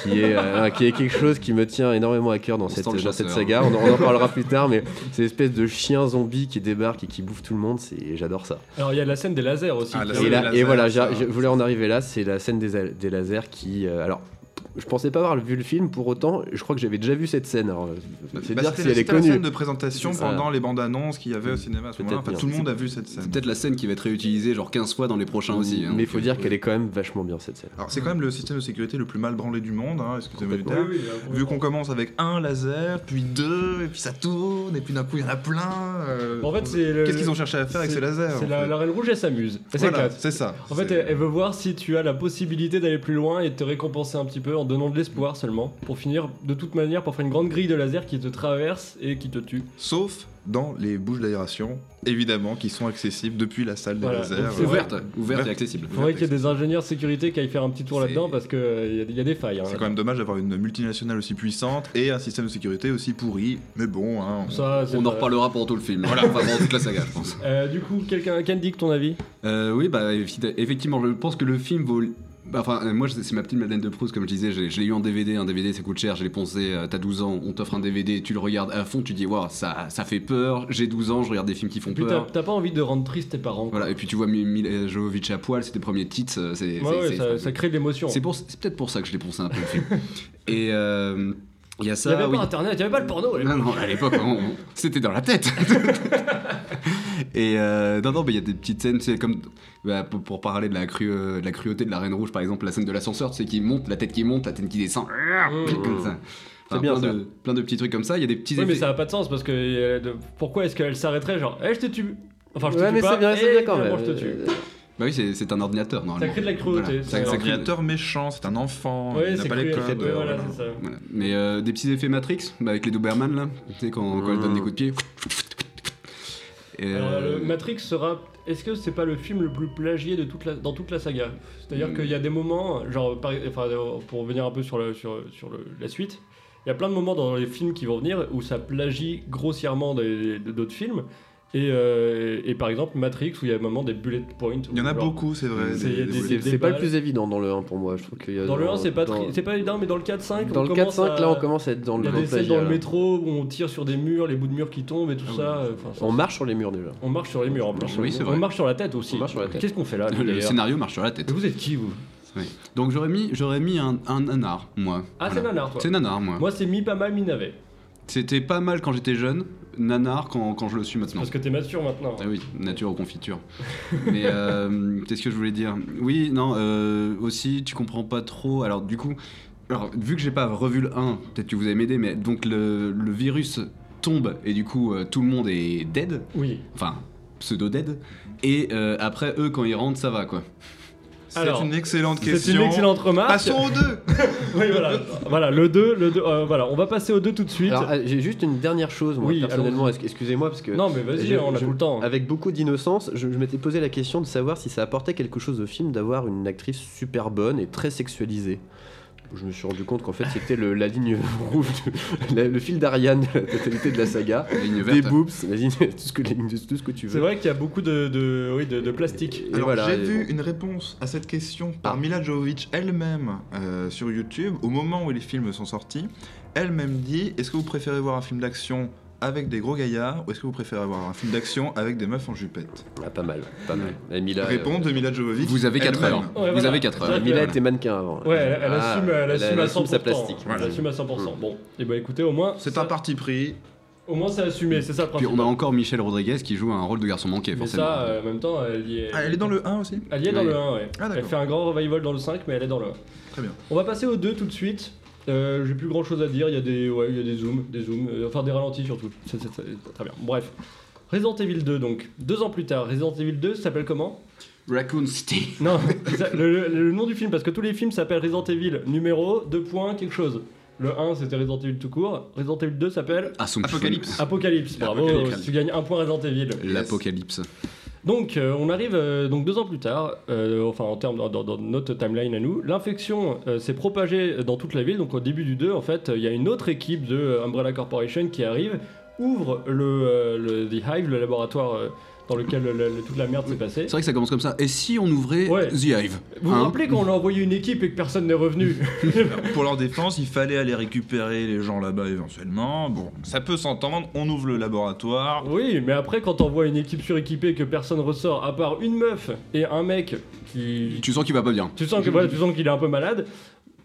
S9: Qui est, euh, qui est quelque chose qui me tient énormément à cœur dans,
S8: On
S9: cette,
S8: sent le
S9: dans cette
S8: chasseur. hein.
S9: saga. On en, on en parlera plus tard, mais ces espèces de chiens zombies qui débarquent et qui bouffent tout le monde, c'est- j'adore ça.
S4: Alors, il y a la scène des lasers aussi.
S10: Ah, la
S4: qui-
S10: scène
S9: Et,
S10: des
S9: là-
S10: lasers,
S9: et voilà,
S10: ça.
S9: j'a- je voulais en arriver là, c'est la scène des, al- des lasers qui... euh, alors, je pensais pas avoir vu le film, pour autant, je crois que j'avais déjà vu cette scène. Alors,
S10: Bah,
S9: c'est
S10: bah,
S9: dire
S10: c'était
S9: si
S10: la-
S9: elle est
S10: c'était la
S9: connue.
S10: scène de présentation
S9: C'est ça.
S10: pendant les bandes annonces qu'il y avait au cinéma à ce
S9: Peut-être
S10: moment-là. Enfin,
S9: bien.
S10: tout le monde a vu cette scène.
S8: C'est peut-être la scène qui va être réutilisée genre 15 fois dans les prochains aussi. hein.
S9: Mais il faut
S10: euh,
S9: dire qu'elle est quand même vachement bien cette scène.
S10: Alors, c'est quand même le système de sécurité le plus mal branlé du monde, hein, excusez-moi du
S9: Complètement.
S10: terme. Vu qu'on commence avec un laser, puis deux, et puis ça tourne, et puis d'un coup il y en a plein. euh,
S4: En fait, c'est le-
S10: Qu'est-ce qu'ils ont cherché à faire avec
S4: C'est-
S10: ces lasers
S4: C'est
S10: en
S4: la,
S10: fait
S4: la Reine Rouge, elle s'amuse. Elle
S10: Voilà,
S4: s'éclate.
S10: c'est ça.
S4: En fait, euh,
S10: C'est-
S4: elle, elle veut voir si tu as la possibilité d'aller plus loin et de te récompenser un petit peu en donnant de l'espoir seulement, pour finir de toute manière par faire une grande grille de laser qui te traverse et qui te tue.
S10: Sauf dans les bouches d'aération, évidemment, qui sont accessibles depuis la salle des
S4: Voilà, donc
S10: lasers.
S4: c'est
S10: Ouais.
S8: ouverte, ouverte
S10: Ouverte.
S8: et accessible.
S4: Faudrait qu'il y ait des ingénieurs sécurité qui aillent faire un petit tour
S8: C'est-
S4: là-dedans parce qu'il y, a- il y a des failles. hein,
S10: C'est
S4: là-dedans.
S10: quand même dommage d'avoir une multinationale aussi puissante et un système de sécurité aussi pourri. Mais bon, hein, on-
S4: Ça, c'est
S8: On en
S4: pas-
S8: reparlera pour tout le film. Voilà, enfin, pour toute la saga, je pense.
S4: Euh, du coup, quelqu'un, Candick, ton avis
S8: Euh, oui, bah effi- effectivement, je pense que le film vaut. bah, Enfin, euh, moi, c'est c'est ma petite Madeleine de Proust, comme je disais, j'ai- je l'ai eu en DVD. Un DVD, ça coûte cher, je l'ai poncé. euh, T'as 12 ans, on t'offre un DVD, tu le regardes à fond, tu dis, waouh, ça, ça fait peur. J'ai 12 ans, je regarde des films qui font
S4: Puis t'as
S8: peur.
S4: t'as pas envie de rendre triste tes parents. quoi.
S8: hein. Voilà, et puis tu vois Mi- Mila Jovovich à poil, c'est tes premiers titres. euh, C'est
S4: Ouais, ouais,
S8: c'est-
S4: ça,
S8: c'est-
S4: ça crée de l'émotion.
S8: c'est pour- c'est peut-être pour ça que je l'ai poncé un peu
S4: [LAUGHS]
S8: le film. et euh, il y
S4: Il
S8: a
S4: y
S8: ça.
S4: avait
S8: oui.
S4: pas internet, il y avait pas le porno. à l'époque.
S8: Non, non, à l'époque, on- c'était dans la tête. [LAUGHS] Et euh, non, non, mais il y a des petites scènes, c'est comme bah, pour, pour parler de la, cru- euh, de la cruauté de la Reine Rouge, par exemple, la scène de l'ascenseur, c'est qui monte, la tête qui monte, la tête qui descend, hein,
S4: Oh.
S8: comme ça.
S9: C'est bien,
S8: plein,
S9: ça.
S8: De, plein de petits trucs comme ça. Il y a des petits
S4: Oui, mais
S8: effets.
S4: ça a pas de sens parce que euh, de- pourquoi est-ce qu'elle s'arrêterait genre, eh, je te tue. Enfin, je te
S9: Ouais,
S4: tue
S9: mais
S4: pas.
S9: c'est bien, c'est
S4: eh,
S9: bien quand même.
S4: finalement, je te tue.
S8: Bah oui, c'est c'est un ordinateur normalement.
S4: crée de la cruauté, c'est un
S8: Ça, ça
S10: C'est un
S8: crée de-
S10: ordinateur méchant, c'est un enfant,
S4: Ouais,
S10: il n'a
S4: c'est
S10: pas les
S4: cruel.
S10: codes.
S4: Ouais, voilà,
S10: voilà.
S4: c'est ça.
S8: voilà. Mais euh, des petits effets Matrix bah, avec les Doberman là, tu sais quand, quand ils donnent des coups de pied. Et,
S4: Mmh. Alors,
S8: euh,
S4: le Matrix sera. Est-ce que c'est pas le film le plus plagié de toute la... dans toute la saga C'est-à-dire
S8: Hmm.
S4: qu'il y a des moments, genre, par- enfin, euh, pour revenir un peu sur, le, sur, sur le- la suite, il y a plein de moments dans les films qui vont venir où ça plagie grossièrement des- d'autres films. Et, euh, et par exemple, Matrix, où il y a un moment des bullet points.
S10: Il y en a
S4: genre-
S10: beaucoup, c'est vrai.
S4: C'est- il y a des-
S9: C'est
S4: des
S9: c'est pas le
S4: balles.
S9: plus évident dans le 1 pour moi. Je trouve qu'il y a
S4: Dans le 1, c'est pas,
S9: dans-
S4: tri- c'est pas évident, mais dans le 4-5,
S9: Dans
S4: on
S9: le
S4: commence
S9: 4-5,
S4: à-
S9: là, on commence à être dans
S4: Il y
S9: le
S4: a des scènes
S9: plagiat,
S4: dans le
S9: là.
S4: métro où on tire sur des murs, les bouts de murs qui tombent et tout
S10: Ah
S4: ça. euh, enfin,
S9: On marche sur les murs déjà.
S4: on marche sur les murs en plus.
S8: Oui, c'est
S4: On
S8: vrai.
S4: marche sur la tête aussi.
S9: On marche sur la tête.
S4: Qu'est-ce qu'on fait là
S8: le
S4: d'ailleurs
S8: scénario marche sur la tête.
S4: Mais vous êtes qui vous
S8: Oui. Donc j'aurais mis, j'aurais mis un, un nanar, moi.
S4: Ah, c'est
S8: Voilà.
S4: nanar toi.
S8: C'est nanar, moi.
S4: Moi, c'est mi pas mal, mi navet.
S8: C'était pas mal quand j'étais jeune, nanar quand, quand je le suis maintenant.
S4: Parce que t'es mature maintenant.
S8: Ah oui, nature aux confitures. [LAUGHS] Mais euh, qu'est-ce que je voulais dire Oui, non, euh, aussi, tu comprends pas trop. Alors, du coup, alors, vu que j'ai pas revu le 1, peut-être que vous allez m'aider, mais donc le, le virus tombe et du coup, euh, tout le monde est dead,
S4: Oui.
S8: enfin, pseudo-dead. Et euh, après, eux, quand ils rentrent, ça va quoi.
S10: C'est
S4: Alors,
S10: une excellente
S4: C'est
S10: question.
S4: une excellente remarque.
S10: Passons aux deux
S4: [LAUGHS] Oui, voilà. voilà, le 2, le 2. euh, voilà, on va passer au 2 tout de suite.
S9: Alors, ah, j'ai juste une dernière chose, moi,
S4: Oui,
S9: personnellement. Est-ce- Excusez-moi, parce que.
S4: non, mais vas-y,
S9: Je-
S4: on a
S9: je-
S4: tout le temps. hein.
S9: Avec beaucoup d'innocence, je, je m'étais posé la question de savoir si ça apportait quelque chose au film d'avoir une actrice super bonne et très sexualisée. Je me suis rendu compte qu'en fait c'était le- la ligne rouge, de- [LAUGHS] la- le fil d'Ariane de la totalité de la saga.
S8: La ligne
S9: Des
S8: verte.
S9: boobs, la ligne- [LAUGHS] tout, ce que, la ligne- tout ce que tu veux.
S4: C'est vrai qu'il y a beaucoup de, de, oui, de, de plastique.
S9: Et
S10: Alors,
S9: voilà,
S10: j'ai
S9: et
S10: vu
S9: bon.
S10: une réponse à cette question par Mila Jovovich elle-même euh, sur YouTube au moment où les films sont sortis. Elle-même dit Est-ce que vous préférez voir un film d'action avec des gros gaillards ou est-ce que vous préférez voir un film d'action avec des meufs en jupette
S9: Ah, pas mal, pas mal. Et Mila,
S10: Réponse de Mila Jovovich.
S8: Vous avez 4
S10: elle-même.
S8: heures.
S4: Ouais,
S8: Vous
S4: voilà.
S8: avez 4
S9: euh,
S8: heures.
S9: Mila était mannequin avant.
S4: Ouais, elle, elle
S9: Ah,
S4: assume, elle assume à 100%.
S9: sa plastique.
S4: Elle assume à 100%. Bon, et bah écoutez, au moins.
S10: C'est
S4: ça-
S10: un parti pris.
S4: Au moins, c'est assumé, c'est ça le
S8: Puis
S4: principe.
S8: on a encore Michel Rodriguez qui joue un rôle de garçon manqué,
S4: Mais
S8: forcément.
S4: ça, euh, en même temps, elle y est.
S10: Ah, elle est dans le 1 aussi
S4: Elle y est dans
S8: Oui.
S4: le 1, ouais.
S10: Ah, d'accord.
S4: elle fait un grand revival dans le 5, mais elle est dans le 1.
S10: Très bien.
S4: On va passer au 2 tout de suite. Euh, J'ai plus grand chose à dire, il y a des, ouais, il y a des zooms, des zooms, euh, enfin des ralentis surtout. C'est- c'est- c'est- très bien, bref. Resident Evil 2, donc, deux ans plus tard, Resident Evil 2 s'appelle comment
S8: Raccoon City. [LAUGHS]
S4: Non, ça- le, le- le nom du film, parce que tous les films s'appellent Resident Evil numéro, 2 points, quelque chose. Le 1 c'était Resident Evil tout court, Resident Evil 2 s'appelle
S8: Assomption.
S10: Apocalypse.
S4: Apocalypse, bravo,
S8: Apocalypse.
S4: tu gagnes un point Resident Evil.
S8: L'apocalypse.
S4: Donc, euh, on arrive euh, donc deux ans plus tard, euh, enfin en termes dans, dans- dans notre timeline à nous, l'infection euh, s'est propagée dans toute la ville. Donc, au début du 2, en fait, euh, il y a une autre équipe de euh, Umbrella Corporation qui arrive, ouvre le, euh, le- The Hive, le laboratoire euh, dans lequel le- le- toute la merde s'est passée.
S8: C'est vrai que ça commence comme ça. Et si on ouvrait
S4: Ouais.
S8: The Hive
S4: Vous
S8: hein
S4: vous rappelez quand on a envoyé une équipe et que personne n'est
S8: [LAUGHS]
S4: revenu
S10: Pour leur défense, il fallait aller récupérer les gens là-bas éventuellement. Bon, ça peut s'entendre. On ouvre le laboratoire.
S4: Oui, mais après, quand on voit une équipe suréquipée et que personne ressort, à part une meuf et un mec qui,
S8: Tu sens qu'il va pas bien.
S4: Tu sens que voilà, tu sens qu'il est un peu malade.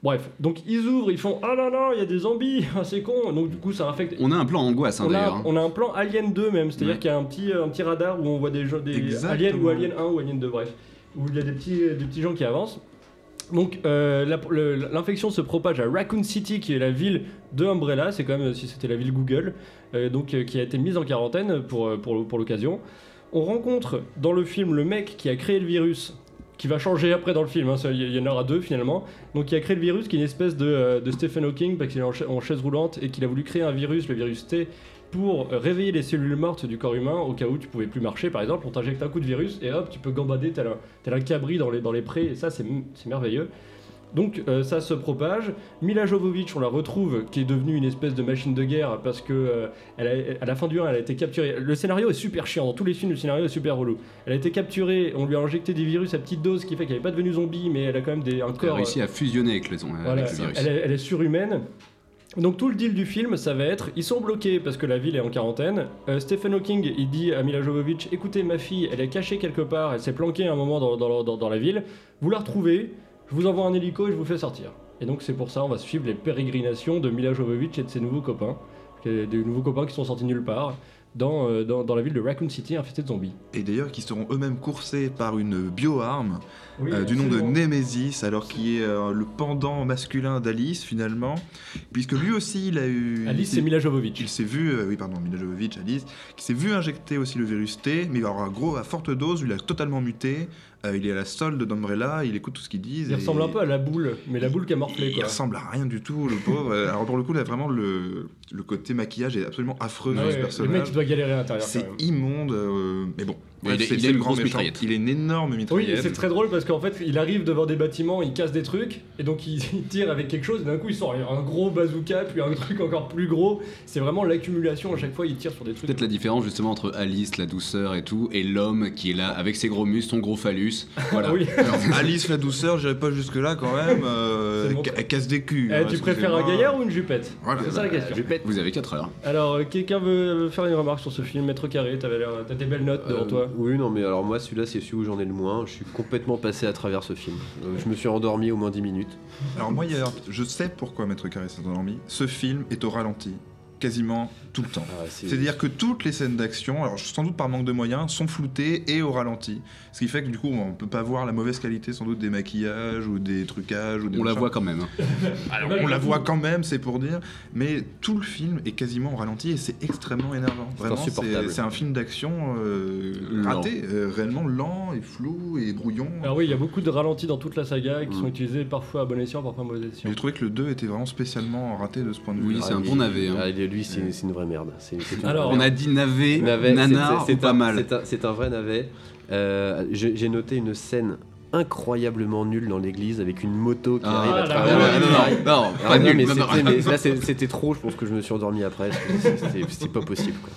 S4: Bref, donc ils ouvrent, ils font Ah là là, il y a des zombies, [LAUGHS] ah, c'est con. Donc du coup, ça infecte.
S8: On a un plan angoisse hein,
S4: On
S8: d'ailleurs.
S4: a,
S8: hein.
S4: on a un plan Alien 2 même, c'est-à-dire
S8: Ouais.
S4: qu'il y a un petit, un petit radar où on voit des, gens- des
S8: Exactement.
S4: aliens ou Alien 1 ou Alien 2, bref, où il y a des petits, des petits gens qui avancent. Donc euh, la- le- l'infection se propage à Raccoon City, qui est la ville de Umbrella, c'est comme si c'était la ville Google, euh, donc euh, qui a été mise en quarantaine pour, euh, pour, pour l'occasion. On rencontre dans le film le mec qui a créé le virus, qui va changer après dans le film, hein, ça, il y, en aura deux finalement. Donc qui a créé le virus, qui est une espèce de, euh, de Stephen Hawking, parce qu'il est en, cha- en chaise roulante et qu'il a voulu créer un virus, le virus T, pour euh, réveiller les cellules mortes du corps humain au cas où tu pouvais plus marcher par exemple. On t'injecte un coup de virus et hop, tu peux gambader tel un, tel un cabri dans les, dans les prés, et ça c'est m- c'est merveilleux. Donc euh, ça se propage. Mila Jovovich, on la retrouve, qui est devenue une espèce de machine de guerre parce que euh, elle a- à la fin du 1, elle a été capturée. Le scénario est super chiant. Dans tous les films, le scénario est super relou. Elle a été capturée, on lui a injecté des virus à petite dose, ce qui fait qu'elle n'est pas devenue zombie, mais elle a quand même des, un
S8: Elle a
S4: corps.
S8: réussi à fusionner avec, les, avec
S4: euh, Voilà,
S8: le virus.
S4: elle, est- elle est surhumaine. Donc tout le deal du film, ça va être, ils sont bloqués parce que la ville est en quarantaine. Euh, Stephen Hawking, il dit à Mila Jovovich, écoutez ma fille, elle est cachée quelque part, elle s'est planquée un moment dans, dans- dans- dans la ville. Vous la retrouvez, je vous envoie un hélico et je vous fais sortir. Et donc c'est pour ça, on va suivre les pérégrinations de Mila Jovovich et de ses nouveaux copains, des des nouveaux copains qui sont sortis nulle part, dans, euh, dans, dans la ville de Raccoon City infestée de zombies.
S10: Et d'ailleurs, qui seront eux-mêmes coursés par une bioarme
S4: Oui,
S10: euh, du nom de
S4: absolument.
S10: Nemesis, alors qui est euh, le pendant masculin d'Alice finalement, puisque lui aussi il a eu.
S4: Alice
S10: il-
S4: et Mila Jovovich.
S10: Il s'est vu, euh, oui pardon, Mila Jovovich, Alice, qui s'est vu injecter aussi le virus T, mais alors à gros, à forte dose, il a totalement muté, euh, il est à la solde d'Umbrella, il écoute tout ce qu'ils disent.
S4: Il
S10: et-
S4: ressemble un peu à la boule, mais la boule qui a morflé
S10: Il
S4: quoi.
S10: ressemble à rien du tout, le pauvre. Euh, alors pour le coup, là vraiment le, le côté maquillage est absolument affreux dans
S4: Ouais,
S10: ce
S4: le
S10: Ah personnage.
S4: mec il doit galérer à l'intérieur. quand
S10: C'est
S4: même.
S10: immonde, euh, mais bon.
S8: Ouais, il est-
S10: c'est-
S8: il
S10: c'est
S8: a une
S10: le grand
S8: grosse
S10: méchant.
S8: mitraillette.
S10: Il est une énorme
S4: Oui,
S10: mitraillette.
S4: et c'est très drôle parce qu'en fait, il arrive devant des bâtiments, il casse des trucs, et donc il, [LAUGHS] il tire avec quelque chose, et d'un coup, il sort un gros bazooka, puis un truc encore plus gros. C'est vraiment l'accumulation, à chaque fois, il tire sur des trucs.
S8: Peut-être la différence justement entre Alice, la douceur et tout, et l'homme qui est là avec ses gros muscles, son gros phallus.
S4: [LAUGHS]
S8: Voilà.
S4: Oui.
S10: Alors, Alice la douceur, j'irais pas jusque là quand même. euh,
S4: C'est bon.
S10: Elle casse des culs.
S4: Eh,
S10: hein,
S4: tu préfères un
S10: excusez-moi.
S4: gaillard ou une jupette
S10: Voilà.
S4: C'est ça la question.
S8: Vous avez 4 heures.
S4: Alors, euh, quelqu'un veut euh, faire une remarque sur ce film Maître Carré, t'avais l'air- t'as des belles notes devant
S9: Euh,
S4: toi.
S9: Oui, non, mais alors moi, celui-là, c'est celui où j'en ai le moins. Je suis complètement passé à travers ce film. Euh, je me suis endormi au moins 10 minutes.
S10: Alors moi, il y a- je sais pourquoi Maître Carré s'est endormi. Ce film est au ralenti, quasiment tout le temps.
S9: Ah, c'est-
S10: C'est-à-dire que toutes les scènes d'action, alors sans doute par manque de moyens, sont floutées et au ralenti. Ce qui fait que du coup, on peut pas voir la mauvaise qualité sans doute des maquillages ou des trucages. Ou des
S8: On la
S10: machins.
S8: voit quand même. hein.
S10: Alors, on la voit quand même, c'est pour dire. Mais tout le film est quasiment au ralenti et c'est extrêmement énervant. Vraiment,
S9: insupportable.
S10: c'est c'est un film d'action euh,
S8: Lent.
S10: raté, euh, réellement lent et flou et brouillon.
S4: Alors, Ah oui, il y a beaucoup de ralentis dans toute la saga qui
S9: Mm.
S4: sont utilisés parfois à bon escient, parfois à mauvais
S10: Mais
S4: escient.
S10: J'ai trouvé que le 2 était vraiment spécialement raté de ce point de vue.
S8: Oui, c'est un bon navet. hein.
S9: Ah, il est- lui, c'est c'est une vraie merde. C'est c'est une
S4: Alors,
S9: vraie
S8: On a dit navet,
S9: Navet,
S8: nanar,
S9: c'est- c'est-
S8: ou
S9: c'est
S8: pas
S9: un-
S8: mal.
S9: c'est un- C'est un vrai navet. Euh, J'ai j'ai noté une scène incroyablement nulle dans l'église avec une moto qui
S8: Ah,
S9: arrive
S4: la
S9: à
S8: Ah,
S9: travers.
S8: non,
S4: ouais,
S8: non,
S9: la-
S8: non, non,
S9: Ah,
S8: pas
S9: non,
S8: nul.
S9: mais
S8: non, non. [LAUGHS]
S9: c'était- mais là c'est- c'était trop, je pense que je me suis endormi après, C'était- c'était c'était pas possible quoi.